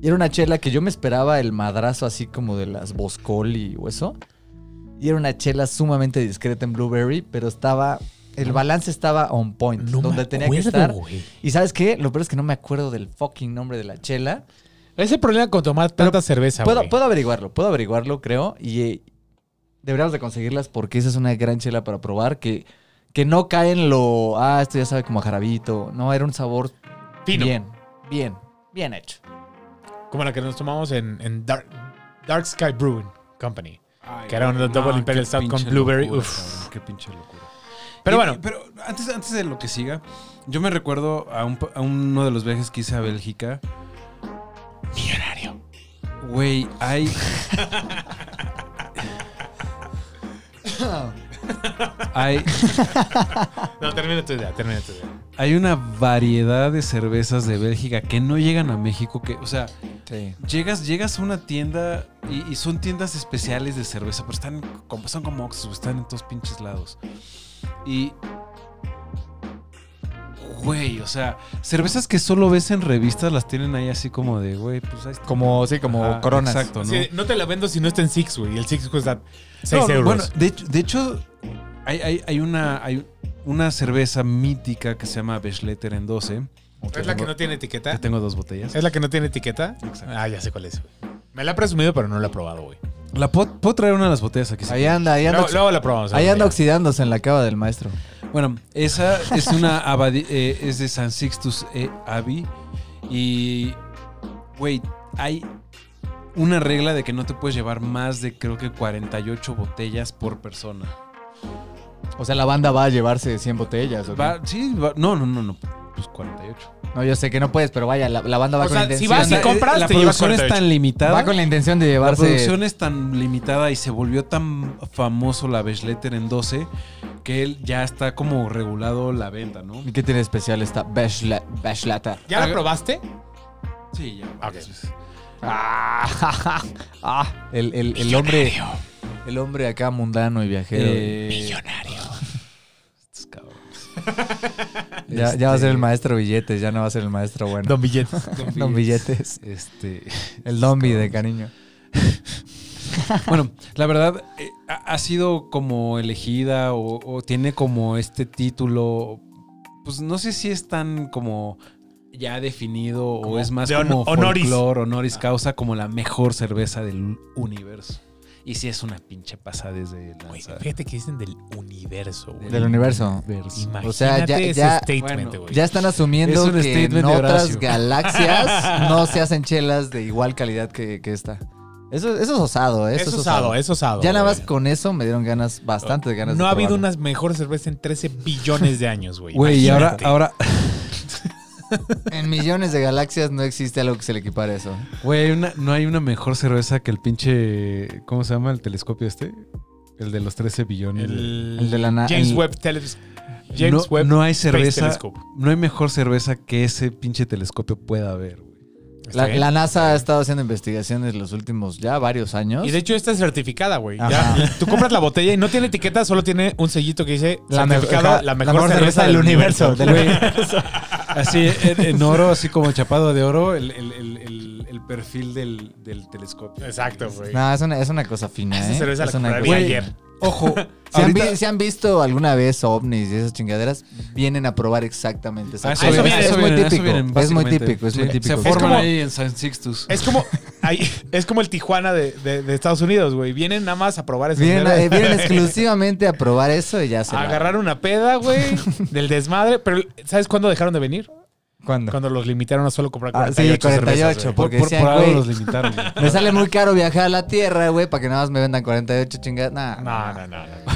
Speaker 1: Y era una chela que yo me esperaba el madrazo así como de las Boscoli o eso. Y era una chela sumamente discreta en blueberry, pero estaba... El balance estaba on point,
Speaker 3: No me
Speaker 1: donde tenía que
Speaker 3: acuerdo,
Speaker 1: estar.
Speaker 3: güey.
Speaker 1: Y ¿sabes qué? Lo peor es que no me acuerdo del fucking nombre de la chela.
Speaker 3: Ese problema con tomar tanta cerveza,
Speaker 1: Puedo,
Speaker 3: güey.
Speaker 1: puedo averiguarlo, puedo averiguarlo, creo. Y eh, deberíamos de conseguirlas porque esa es una gran chela para probar que, que no cae en lo... Ah, esto ya sabe como a jarabito. No, era un sabor
Speaker 3: Fino.
Speaker 1: bien, bien, bien hecho.
Speaker 3: Como la que nos tomamos en, en Dark, Dark Sky Brewing Company. Que era un double
Speaker 2: Ah,
Speaker 3: imperial stout con blueberry, uf.
Speaker 2: Qué pinche locura.
Speaker 3: Pero
Speaker 2: Y-
Speaker 3: bueno,
Speaker 2: Pero antes, antes de lo que siga, yo me recuerdo a, un pa- a uno de los viajes que hice a Bélgica.
Speaker 3: millonario.
Speaker 2: Güey, hay. hay,
Speaker 3: No, termina tu idea, termina tu idea.
Speaker 2: hay una variedad de cervezas de Bélgica que no llegan a México. Que, o sea,
Speaker 1: Sí.
Speaker 2: Llegas, llegas a una tienda y, y son tiendas especiales de cerveza, pero están como, son como Oxxo, están en todos pinches lados. Y. Güey, o sea, cervezas que solo ves en revistas las tienen ahí así como de, güey, pues ahí está.
Speaker 1: Como, sí, como
Speaker 2: Ajá,
Speaker 1: coronas.
Speaker 2: Exacto, ¿no?
Speaker 3: Sí, ¿no? te la vendo si no está en Six, güey. El Six cuesta 6
Speaker 2: No, no,
Speaker 3: euros.
Speaker 2: Bueno, de hecho, de hecho hay, hay- hay una, hay una cerveza mítica que se llama Beschletter en 12.
Speaker 3: ¿Es la que no tiene etiqueta?
Speaker 2: Yo tengo dos botellas.
Speaker 3: ¿Es la que no tiene etiqueta?
Speaker 2: Exacto.
Speaker 3: Ah, ya sé cuál es, güey. Me la ha presumido, pero no la he probado, güey.
Speaker 2: La puedo, puedo traer una de las botellas aquí. si
Speaker 1: Ahí anda, ahí anda,
Speaker 3: Luego, luego la probamos.
Speaker 1: ahí anda
Speaker 3: algún día.
Speaker 1: oxidándose en la cava del maestro.
Speaker 2: Bueno, esa es una abadi- eh, es de San Sixtus eh, Abbey y güey, hay una regla de que no te puedes llevar más de creo que 48 botellas por persona.
Speaker 1: O sea, la banda va a llevarse 100 botellas. ¿o qué?
Speaker 2: Va- sí, va- no, no, no, no, pues 48.
Speaker 1: No, yo sé que no puedes, pero vaya, la, la banda va
Speaker 3: O
Speaker 1: con
Speaker 3: sea,
Speaker 1: la
Speaker 3: si
Speaker 1: intención.
Speaker 3: vas y
Speaker 2: La-
Speaker 1: de-
Speaker 3: compras,
Speaker 2: la
Speaker 3: te llevas
Speaker 2: producción es
Speaker 3: 48.
Speaker 2: tan limitada.
Speaker 1: va con la intención de
Speaker 2: La
Speaker 1: llevarse.
Speaker 2: producción es tan limitada y se volvió tan famoso la Bechletter en 12 que él ya está como regulado la venta, ¿no?
Speaker 1: ¿Y qué tiene de especial esta Bashla- Bashlata?
Speaker 3: ¿Ya la probaste?
Speaker 2: Sí, ya. varias
Speaker 3: Ok.
Speaker 2: veces.
Speaker 1: Ah, ja,
Speaker 3: [LAUGHS]
Speaker 1: ja. Ah, el, el- el hombre. El hombre acá mundano y viajero.
Speaker 2: Eh,
Speaker 3: Millonario.
Speaker 2: Estos cabrones.
Speaker 1: ya, ya va a ser el
Speaker 2: Este-
Speaker 1: maestro billetes, ya no va a ser el maestro bueno.
Speaker 3: Don Billetes.
Speaker 2: [LAUGHS]
Speaker 1: Don, billetes.
Speaker 2: Este.
Speaker 1: [LAUGHS]
Speaker 2: [LAUGHS]
Speaker 1: El dombi de cariño.
Speaker 2: Bueno, la verdad, eh, ha ha sido como elegida o, o tiene como este título. Pues no sé si es tan como ya definido
Speaker 3: Como
Speaker 2: o es más
Speaker 3: de
Speaker 2: como
Speaker 3: hon- honoris. Ah.
Speaker 2: folclore, honoris causa, como la mejor cerveza del universo. Y sí es una pinche pasada desde
Speaker 3: Güey,
Speaker 2: lanza.
Speaker 3: fíjate que dicen del universo, güey.
Speaker 1: Del universo.
Speaker 2: Universo.
Speaker 3: Imagínate
Speaker 1: O sea, ya-
Speaker 3: ese
Speaker 1: ya-
Speaker 3: statement,
Speaker 2: bueno,
Speaker 3: güey.
Speaker 1: Ya están asumiendo
Speaker 2: Es un
Speaker 1: que en
Speaker 2: statement de
Speaker 1: otras
Speaker 2: Horacio.
Speaker 3: [LAUGHS]
Speaker 1: galaxias no se hacen chelas de igual calidad que, que esta. Eso, eso es osado, ¿eh?
Speaker 3: es
Speaker 1: eso es
Speaker 3: osado, es osado.
Speaker 1: Ya nada
Speaker 3: güey.
Speaker 1: más con eso me dieron ganas, bastante de ganas.
Speaker 3: No
Speaker 1: de
Speaker 3: ha habido
Speaker 1: probarlo.
Speaker 3: una mejor cerveza en 13 billones de años, güey.
Speaker 2: Güey, y ahora,
Speaker 3: Imagínate.
Speaker 2: ahora,
Speaker 1: En millones de galaxias no existe algo que se le equipare a eso.
Speaker 2: güey, una- no hay una mejor cerveza que el pinche. ¿Cómo se llama el telescopio este? El de los 13 billones. de-
Speaker 3: El,
Speaker 1: El de la na-
Speaker 3: James
Speaker 1: el-
Speaker 3: Webb Teles- James
Speaker 2: no,
Speaker 3: Webb
Speaker 2: no hay
Speaker 3: Space
Speaker 2: cerveza,
Speaker 3: Telescope.
Speaker 2: no hay mejor cerveza que ese pinche telescopio pueda haber, güey.
Speaker 3: Está
Speaker 1: La,
Speaker 3: bien.
Speaker 1: la NASA ha estado haciendo investigaciones los últimos ya varios años.
Speaker 3: Y de hecho está certificada, güey. Ya,
Speaker 1: Ajá.
Speaker 3: Tú compras la botella y no tiene etiqueta, solo tiene un sellito que dice
Speaker 1: La me-
Speaker 3: certificada,
Speaker 1: ajá,
Speaker 3: la mejor, cerveza, del universo.
Speaker 1: del
Speaker 2: Güey, así en, en oro, así como chapado de oro, el, el- el- el- el perfil del, del telescopio.
Speaker 3: Exacto, güey.
Speaker 1: No, es una, es una cosa fina,
Speaker 3: Ah, Esa
Speaker 1: ¿eh?
Speaker 3: cerveza
Speaker 1: Es
Speaker 3: la
Speaker 1: una
Speaker 3: compraría
Speaker 1: cosa-
Speaker 3: ayer.
Speaker 2: Ojo,
Speaker 1: ¿Se han, vi-
Speaker 2: ahorita-
Speaker 1: se han visto alguna vez ovnis y esas chingaderas? Vienen a probar exactamente esa
Speaker 2: a
Speaker 1: cosa.
Speaker 3: Ah, eso viene,
Speaker 1: es,
Speaker 3: eso
Speaker 1: muy
Speaker 2: viene, Ah, eso
Speaker 1: típico,
Speaker 2: viene,
Speaker 1: es muy
Speaker 2: básicamente.
Speaker 1: típico. Es muy
Speaker 2: Sí,
Speaker 1: típico.
Speaker 2: Se forman
Speaker 3: como-
Speaker 2: ahí en San Sixtus.
Speaker 3: Es como, ahí- es como el Tijuana de, de- de Estados Unidos, güey. Vienen nada más a probar ese
Speaker 1: Vienen, eh, vienen
Speaker 3: [LAUGHS]
Speaker 1: exclusivamente a probar eso y ya se la-
Speaker 3: Agarraron una
Speaker 1: [LAUGHS]
Speaker 3: peda, güey, del desmadre. Pero, ¿sabes cuándo dejaron de venir?
Speaker 1: ¿Cuándo?
Speaker 3: Cuando los limitaron a solo comprar
Speaker 1: Ah,
Speaker 3: 48
Speaker 1: sí,
Speaker 3: cervezas,
Speaker 1: 48.
Speaker 2: por,
Speaker 3: güey.
Speaker 1: Porque
Speaker 2: por,
Speaker 1: decían,
Speaker 2: por algo
Speaker 1: güey,
Speaker 2: los limitaron. [LAUGHS] güey.
Speaker 1: Me sale muy caro viajar a la Tierra, güey, para que nada más me vendan 48 chingadas. Nah,
Speaker 3: No, no, no. no.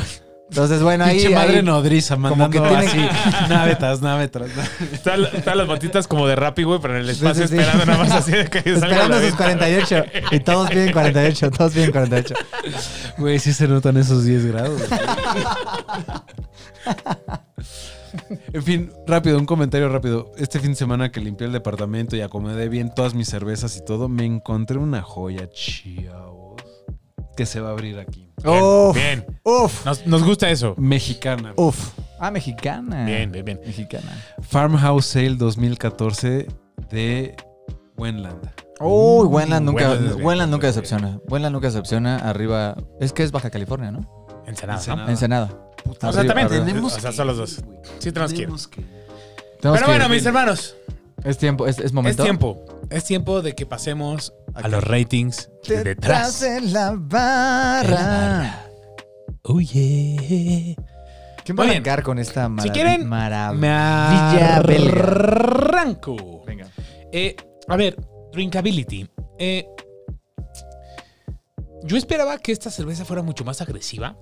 Speaker 1: Entonces, bueno, ahí...
Speaker 2: Pinche madre
Speaker 1: ahí-
Speaker 2: nodriza, mandando
Speaker 1: que tiene-
Speaker 2: así, [LAUGHS] nave tras nave tras nave.
Speaker 3: Están, están las botitas como de Rappi, güey, pero en el espacio
Speaker 1: sí, sí.
Speaker 3: esperando nada más así de que salga
Speaker 1: [LAUGHS] Esperando
Speaker 3: la
Speaker 1: sus
Speaker 3: venta.
Speaker 1: 48. Y todos piden 48, todos piden
Speaker 3: [LAUGHS]
Speaker 1: 48.
Speaker 2: Güey, sí se notan esos 10 grados. en fin, rápido, un comentario rápido. Este fin de semana que limpié el departamento y acomodé bien todas mis cervezas y todo, me encontré una joya, chavos, que se va a abrir aquí.
Speaker 3: Bien,
Speaker 1: Uf.
Speaker 3: bien.
Speaker 1: Uf.
Speaker 3: Nos, nos gusta eso.
Speaker 2: Mexicana.
Speaker 1: Uf. Ah, mexicana.
Speaker 3: Bien, bien, bien.
Speaker 1: Mexicana.
Speaker 2: Farmhouse Sale 2014 de Wenland.
Speaker 1: Uy, Wenland nunca,
Speaker 3: Wenland es bien,
Speaker 1: Wenland nunca
Speaker 3: es bien.
Speaker 1: decepciona. Wenland nunca decepciona. Arriba. Es que es Baja California, ¿no?
Speaker 3: Ensenada,
Speaker 2: Ensenada.
Speaker 3: ¿no?
Speaker 2: Ah.
Speaker 1: Ensenada.
Speaker 3: O sea, también
Speaker 1: arriba.
Speaker 3: tenemos O sea, son los dos. Sí, tenemos que ir.
Speaker 1: Tenemos
Speaker 3: Pero
Speaker 1: que-
Speaker 3: bueno, mis hermanos,
Speaker 1: Es tiempo, es, es
Speaker 3: es
Speaker 1: momento.
Speaker 3: tiempo. Es tiempo de que pasemos a
Speaker 1: Acá.
Speaker 3: los ratings de detrás.
Speaker 1: de la barra.
Speaker 3: Oh, Oye.
Speaker 1: ¿Quién va a
Speaker 3: Muy bien.
Speaker 1: arrancar con esta maravilla?
Speaker 3: quieren, Me
Speaker 1: maravilla belga.
Speaker 3: arranco.
Speaker 1: Venga.
Speaker 3: Eh, a ver, Drinkability. Eh, yo esperaba que esta cerveza fuera mucho más agresiva,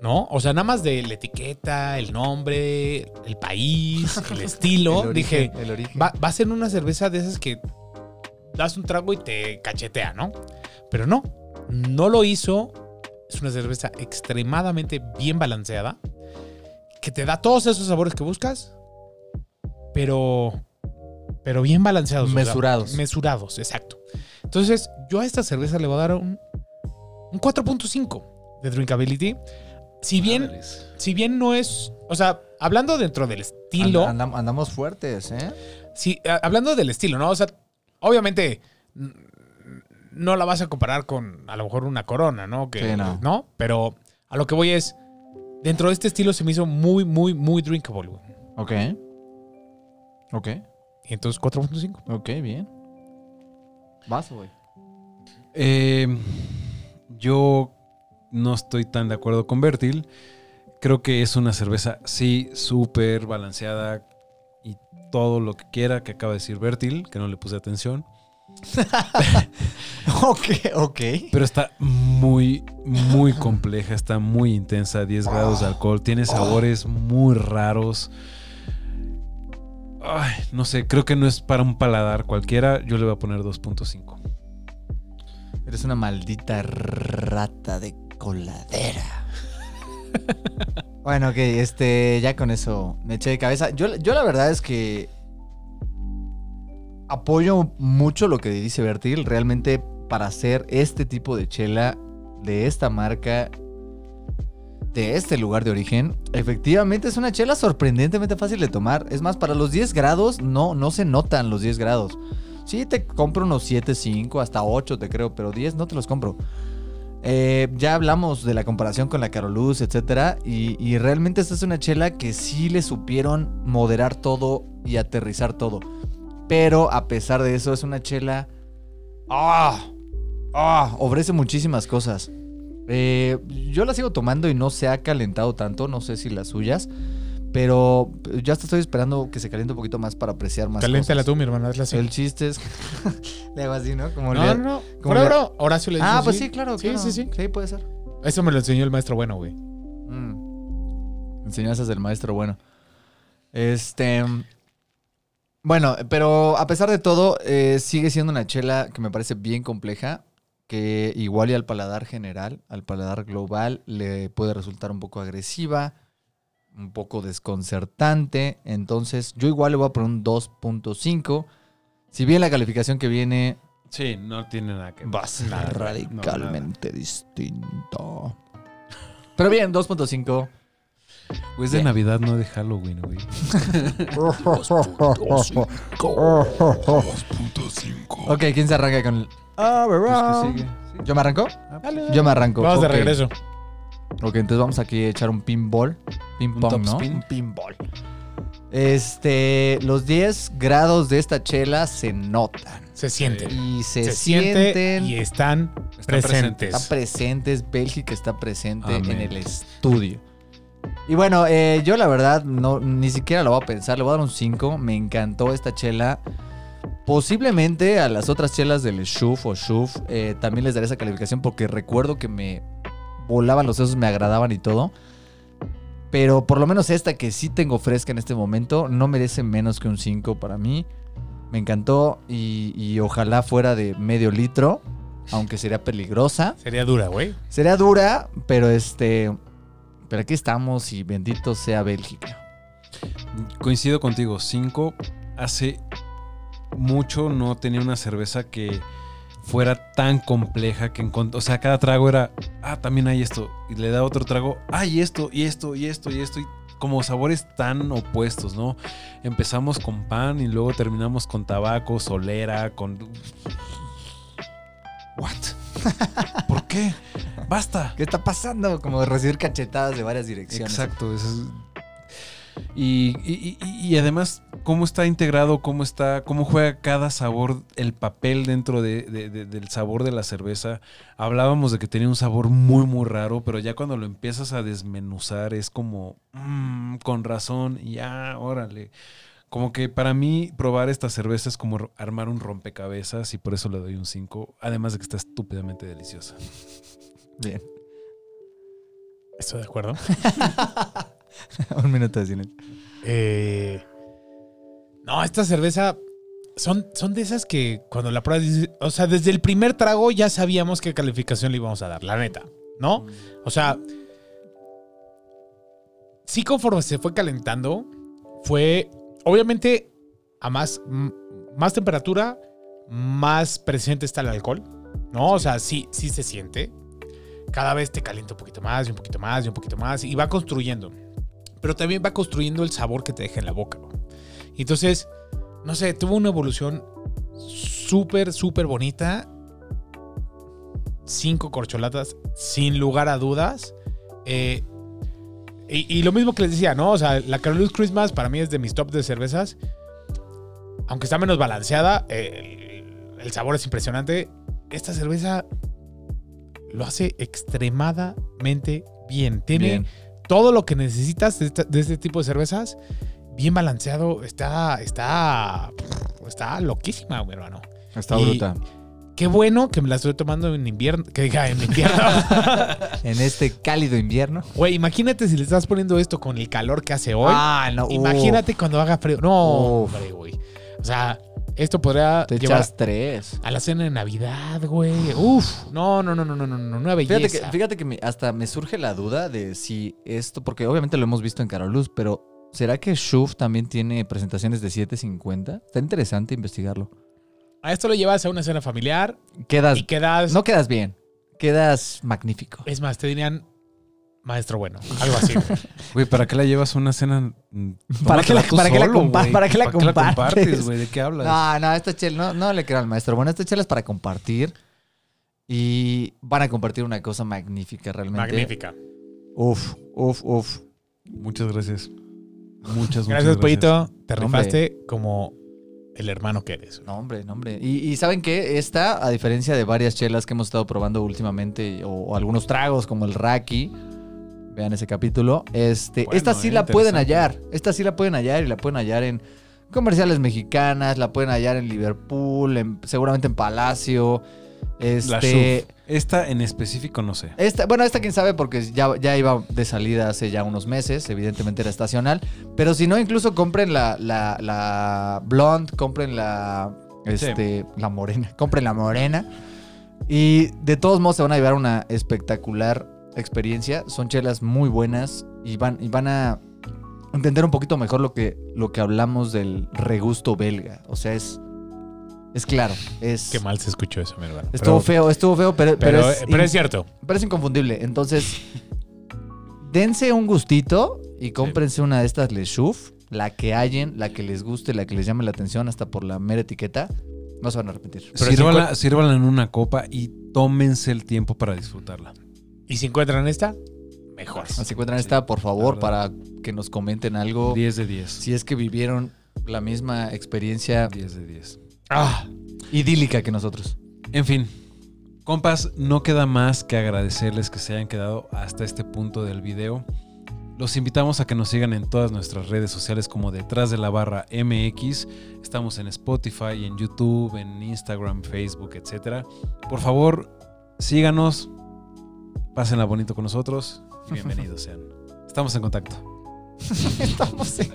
Speaker 3: ¿no? O sea, nada más de la etiqueta, el nombre, el país, [LAUGHS] el estilo.
Speaker 1: El
Speaker 3: Dije,
Speaker 1: origen, el origen.
Speaker 3: va, va a ser una cerveza de esas que das un trago y te cachetea, ¿no? Pero no, no lo hizo. Es una cerveza extremadamente bien balanceada, que te da todos esos sabores que buscas, pero, pero bien balanceados. o sea,
Speaker 1: Mesurados.
Speaker 3: mesurados, exacto. Entonces, yo a esta cerveza le voy a dar un, un 4.5 de drinkability. Si bien, si bien no es, o sea, hablando dentro del estilo,
Speaker 1: Anda- andam- andamos fuertes, ¿eh?
Speaker 3: Sí, a- hablando del estilo, ¿no? O sea, obviamente mm, no la vas a comparar con a lo mejor una corona, ¿no? Que,
Speaker 1: Sí, no.
Speaker 3: Pero a lo que voy es, dentro de este estilo se me hizo muy, muy, muy drinkable, güey.
Speaker 1: Ok. Ok.
Speaker 3: Y entonces 4.5.
Speaker 1: Ok, bien. Vas, güey.
Speaker 2: Eh, yo no estoy tan de acuerdo con Bertil. Creo que es una cerveza, sí, súper balanceada y todo lo que quiera que acaba de decir Bertil, que no le puse atención.
Speaker 1: [LAUGHS] Ok, ok.
Speaker 2: Pero está muy, muy compleja, está muy intensa, 10 grados de alcohol, tiene sabores muy raros. Ay, no sé, creo que no es para un paladar cualquiera. Yo le voy a poner 2.5.
Speaker 1: Eres una maldita rata de coladera. bueno, ok, este, ya con eso me eché de cabeza. Yo, yo la verdad es que apoyo mucho lo que dice Bertil. Realmente para hacer este tipo de chela de esta marca, de este lugar de origen, efectivamente es una chela sorprendentemente fácil de tomar. Es más, para los 10 grados no, no se notan los 10 grados. Sí, te compro unos 7, 5, hasta 8 te creo, pero 10 no te los compro. Eh, ya hablamos de la comparación con la Caroluz, etcétera, y, y realmente esta es una chela que sí le supieron moderar todo y aterrizar todo. Pero a pesar de eso, es una chela. ¡Ah! ¡Ah! Ofrece muchísimas cosas. Eh, yo la sigo tomando y no se ha calentado tanto, no sé si las suyas, pero ya hasta estoy esperando que se caliente un poquito más para apreciar más.
Speaker 3: Caléntala
Speaker 1: cosas.
Speaker 3: tú, mi hermano, hazla así.
Speaker 1: El chiste es. [LAUGHS] Le hago así, ¿no? Como
Speaker 3: No,
Speaker 1: le-
Speaker 3: no, no.
Speaker 1: como
Speaker 3: Fuera,
Speaker 1: le-
Speaker 3: bro. Horacio le dice
Speaker 1: Ah, pues
Speaker 3: así.
Speaker 1: sí, claro.
Speaker 3: Sí,
Speaker 1: claro.
Speaker 3: sí, sí.
Speaker 1: Sí, puede ser.
Speaker 3: Eso me lo enseñó el maestro bueno, güey.
Speaker 1: Mm. Enseñanzas del maestro, bueno. Este. Bueno, pero a pesar de todo, eh, sigue siendo una chela que me parece bien compleja. Que igual y al paladar general, al paladar global, le puede resultar un poco agresiva, un poco desconcertante. Entonces, yo igual le voy a poner un 2.5. Si bien la calificación que viene
Speaker 2: Sí, no tiene nada que
Speaker 1: va a
Speaker 2: [LAUGHS]
Speaker 1: ser
Speaker 2: Nada,
Speaker 1: radicalmente distinto. Pero bien, 2.5. Pues
Speaker 2: Güey, es de Navidad, no de Halloween, [LAUGHS] güey.
Speaker 1: [LAUGHS] Ok, ¿quién se arranca con el Ah,
Speaker 2: Pues que sigue. Ah, pues
Speaker 1: ¿Yo me arranco?
Speaker 3: Dale.
Speaker 1: Yo me arranco.
Speaker 3: Vamos de
Speaker 1: ok.
Speaker 3: regreso.
Speaker 1: Ok, entonces vamos aquí a echar un pinball. Ping
Speaker 2: Un
Speaker 1: pong, ¿no?
Speaker 2: topspin.
Speaker 1: Un pinball. Este, los 10 grados de esta chela se notan.
Speaker 3: Se sienten.
Speaker 1: Y se,
Speaker 3: Eh, Se, siente
Speaker 1: sienten.
Speaker 3: y están,
Speaker 2: presentes.
Speaker 3: presentes.
Speaker 2: es-
Speaker 1: Está presente, es Bélgica está presente
Speaker 2: Amén.
Speaker 1: en el estudio. Y bueno, eh, yo la verdad no, ni siquiera lo voy a pensar, le voy a dar un 5. Me encantó esta chela. Posiblemente a las otras chelas del Shuf o Shuf eh, también les daré esa calificación porque recuerdo que me volaban los sesos, me agradaban y todo. Pero por lo menos esta que sí tengo fresca en este momento no merece menos que un 5 para mí. Me encantó y, y ojalá fuera de medio litro, aunque sería peligrosa.
Speaker 3: Sería dura, güey.
Speaker 1: Sería dura, pero este. Pero aquí estamos y bendito sea Bélgica.
Speaker 2: Coincido contigo, 5 hace mucho no tenía una cerveza que fuera tan compleja que encont- O sea, cada trago era, ah, también hay esto. Y le da otro trago, ah, y esto, y esto, y esto, y esto. Y como sabores tan opuestos, ¿no? Empezamos con pan y luego terminamos con tabaco, solera, con... ¿What? ¿Por qué? Basta.
Speaker 1: ¿Qué está pasando? Como de recibir cachetadas de varias direcciones.
Speaker 2: Exacto. eso es- Y, y- y- y además, cómo está integrado, cómo está, cómo juega cada sabor, el papel dentro de- de- de- del sabor de la cerveza. Hablábamos de que tenía un sabor muy, muy raro, pero ya cuando lo empiezas a desmenuzar es como, "Mm, con razón, ya, órale. Como que para mí probar esta cerveza es como armar un rompecabezas y por eso le doy un 5, además de que está estúpidamente deliciosa.
Speaker 1: Bien. [LAUGHS]
Speaker 3: Estoy de acuerdo.
Speaker 1: Un minuto de silencio.
Speaker 3: Eh, no, esta cerveza son, son de esas que cuando la pruebas, dices- o sea, desde el primer trago ya sabíamos qué calificación le íbamos a dar, la neta, ¿no? O sea, sí conforme se fue calentando, fue, obviamente, a más, m- más temperatura, más presente está el alcohol, ¿no? O sea, sí, sí se siente. Cada vez te calienta un poquito más y un poquito más y un poquito más y va construyendo pero también va construyendo el sabor que te deja en la boca. ¿no? Y entonces, no sé, tuvo una evolución súper, súper bonita. Cinco corcholatas, sin lugar a dudas. Eh, y, y lo mismo que les decía, ¿no? O sea, la Carolus Christmas para mí es de mis top de cervezas. Aunque está menos balanceada, eh, el, el sabor es impresionante. Esta cerveza lo hace extremadamente bien. Tiene
Speaker 1: Bien.
Speaker 3: todo lo que necesitas de, esta- de este tipo de cervezas, bien balanceado, está, está, está loquísima, mi hermano.
Speaker 1: Está
Speaker 3: Y-
Speaker 1: bruta.
Speaker 3: Qué bueno que me la estoy tomando en invierno, que diga en invierno.
Speaker 1: [LAUGHS] En este cálido invierno.
Speaker 3: Güey, imagínate si le estás poniendo esto con el calor que hace hoy.
Speaker 1: Ah, no.
Speaker 3: imagínate cuando haga frío. No,
Speaker 1: Uf.
Speaker 3: hombre, güey. O sea, esto podría
Speaker 1: uf, Uh, te
Speaker 3: llevar
Speaker 1: echas tres.
Speaker 3: a la cena de Navidad, güey. Uf, no, no, no, no, no, no, no, una belleza.
Speaker 1: Fíjate que, fíjate que me- hasta me surge la duda de si esto, porque obviamente lo hemos visto en Carolus, pero ¿será que Shuf también tiene presentaciones de 750? Está interesante investigarlo.
Speaker 3: A esto lo llevas a una cena familiar
Speaker 1: Quedas,
Speaker 3: y quedas
Speaker 1: no quedas bien, quedas magnífico.
Speaker 3: Es más, te dirían maestro bueno, algo así. güey.
Speaker 2: Güey, ¿para qué la llevas a una cena? [LAUGHS] Mm,
Speaker 1: ¿Para qué la-
Speaker 2: tómatela tú
Speaker 1: para qué la compa-
Speaker 2: güey?
Speaker 1: para qué la
Speaker 2: compartes,
Speaker 1: [LAUGHS] compartes?
Speaker 2: güey? ¿De qué hablas?
Speaker 1: No, no, esta chela, no, no le creo al maestro. Bueno, esta chela es para compartir y van a compartir una cosa magnífica realmente.
Speaker 3: Magnífica.
Speaker 1: Uf, uf, uf.
Speaker 2: Muchas gracias. Muchas, muchas
Speaker 3: Gracias, Pollito. Te
Speaker 1: Hombre.
Speaker 3: rifaste como el hermano que eres. güey.
Speaker 1: No, hombre, no, hombre. Y, y ¿saben qué? Esta, a diferencia de varias chelas que hemos estado probando últimamente, o, o algunos tragos como el Raki, vean ese capítulo, este,
Speaker 2: Bueno,
Speaker 1: esta sí
Speaker 2: eh,
Speaker 1: la pueden
Speaker 2: interesante.
Speaker 1: hallar. Esta sí la pueden hallar y la pueden hallar en comerciales mexicanas, la pueden hallar en Liverpool, en- seguramente en Palacio.
Speaker 2: La
Speaker 1: Este,
Speaker 2: Shuf. Esta en específico no sé.
Speaker 1: esta, bueno, esta quién sabe porque ya, ya iba de salida hace ya unos meses, evidentemente era estacional, pero si no, incluso compren la, la, la blonde, compren la, este, la morena, [LAUGHS] compren la morena y de todos modos se van a llevar una espectacular experiencia, son chelas muy buenas y van, y van a entender un poquito mejor lo que, lo que hablamos del regusto belga, o sea, es, es claro, es...
Speaker 3: Qué mal se escuchó eso, mi hermano.
Speaker 1: Estuvo
Speaker 3: Pero-
Speaker 1: feo, estuvo feo, pero,
Speaker 3: Pero,
Speaker 1: pero,
Speaker 3: pero,
Speaker 1: es in-
Speaker 3: es, cierto.
Speaker 1: me parece inconfundible. Entonces, dense un gustito y cómprense una de estas Les Chouf, la que hallen, la que les guste, la que les llame la atención, hasta por la mera etiqueta. No se van a arrepentir.
Speaker 3: Pero
Speaker 2: Sírvala, sírvala en una copa y tómense el tiempo para disfrutarla.
Speaker 3: Y si encuentran esta, mejor.
Speaker 1: Ah, Si encuentran
Speaker 2: Sí,
Speaker 1: esta, por favor,
Speaker 2: la
Speaker 1: para que nos comenten algo.
Speaker 2: 10 de 10.
Speaker 1: Si es que vivieron la misma experiencia
Speaker 2: 10 de 10.
Speaker 3: Ah,
Speaker 1: idílica que
Speaker 2: [LAUGHS]
Speaker 1: nosotros.
Speaker 2: En fin, compas, no queda más que agradecerles que se hayan quedado hasta este punto del video. Los invitamos a que nos sigan en todas nuestras redes sociales como detrás de la barra MX. Estamos en Spotify, en YouTube, en Instagram, Facebook, etc. Por favor, síganos, pásenla bonito con nosotros y
Speaker 1: [LAUGHS]
Speaker 2: bienvenidos sean. Estamos en contacto.
Speaker 1: Estamos en-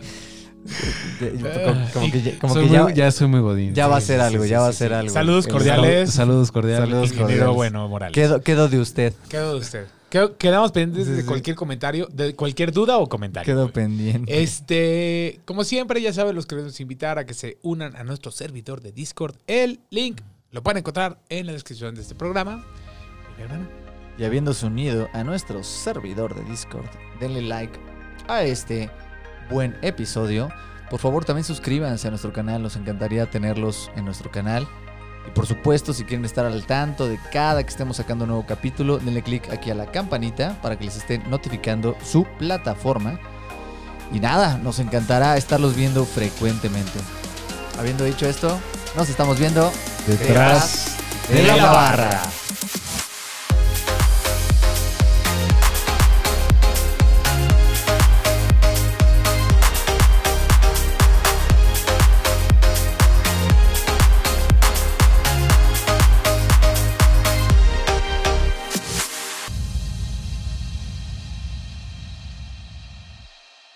Speaker 2: Ah,
Speaker 1: como, como que, ya- como
Speaker 2: Soy
Speaker 1: que
Speaker 2: muy-
Speaker 1: ya,
Speaker 2: ya soy muy godín.
Speaker 1: ya va a
Speaker 2: Sí,
Speaker 1: ser
Speaker 2: sí,
Speaker 1: algo,
Speaker 2: sí,
Speaker 1: ya
Speaker 2: sí,
Speaker 1: va a
Speaker 2: sí.
Speaker 1: ser algo.
Speaker 3: Saludos
Speaker 1: El-
Speaker 2: Salud-
Speaker 3: cordiales.
Speaker 2: Saludos cordiales.
Speaker 1: Saludos
Speaker 3: ingeniero
Speaker 1: cordiales.
Speaker 3: bueno, Morales.
Speaker 1: Quedo, quedo de usted.
Speaker 3: Quedo de usted. Quedo- quedamos pendientes
Speaker 1: Sí,
Speaker 3: de
Speaker 1: sí.
Speaker 3: cualquier comentario, de cualquier duda o comentario.
Speaker 1: Quedo pendiente.
Speaker 3: Este, como siempre, ya saben, los queremos invitar a que se unan a nuestro servidor de Discord. El link Lo pueden encontrar en la descripción de este programa. Mi hermano.
Speaker 1: Y habiéndose unido a nuestro servidor de Discord, denle like a este buen episodio. Por favor, también suscríbanse a nuestro canal, nos encantaría tenerlos en nuestro canal. Y por supuesto, si quieren estar al tanto de cada que estemos sacando un nuevo capítulo, denle click aquí a la campanita para que les esté notificando su plataforma. Y nada, nos encantará estarlos viendo frecuentemente. Habiendo dicho esto, nos estamos viendo
Speaker 2: Detrás
Speaker 1: de la barra.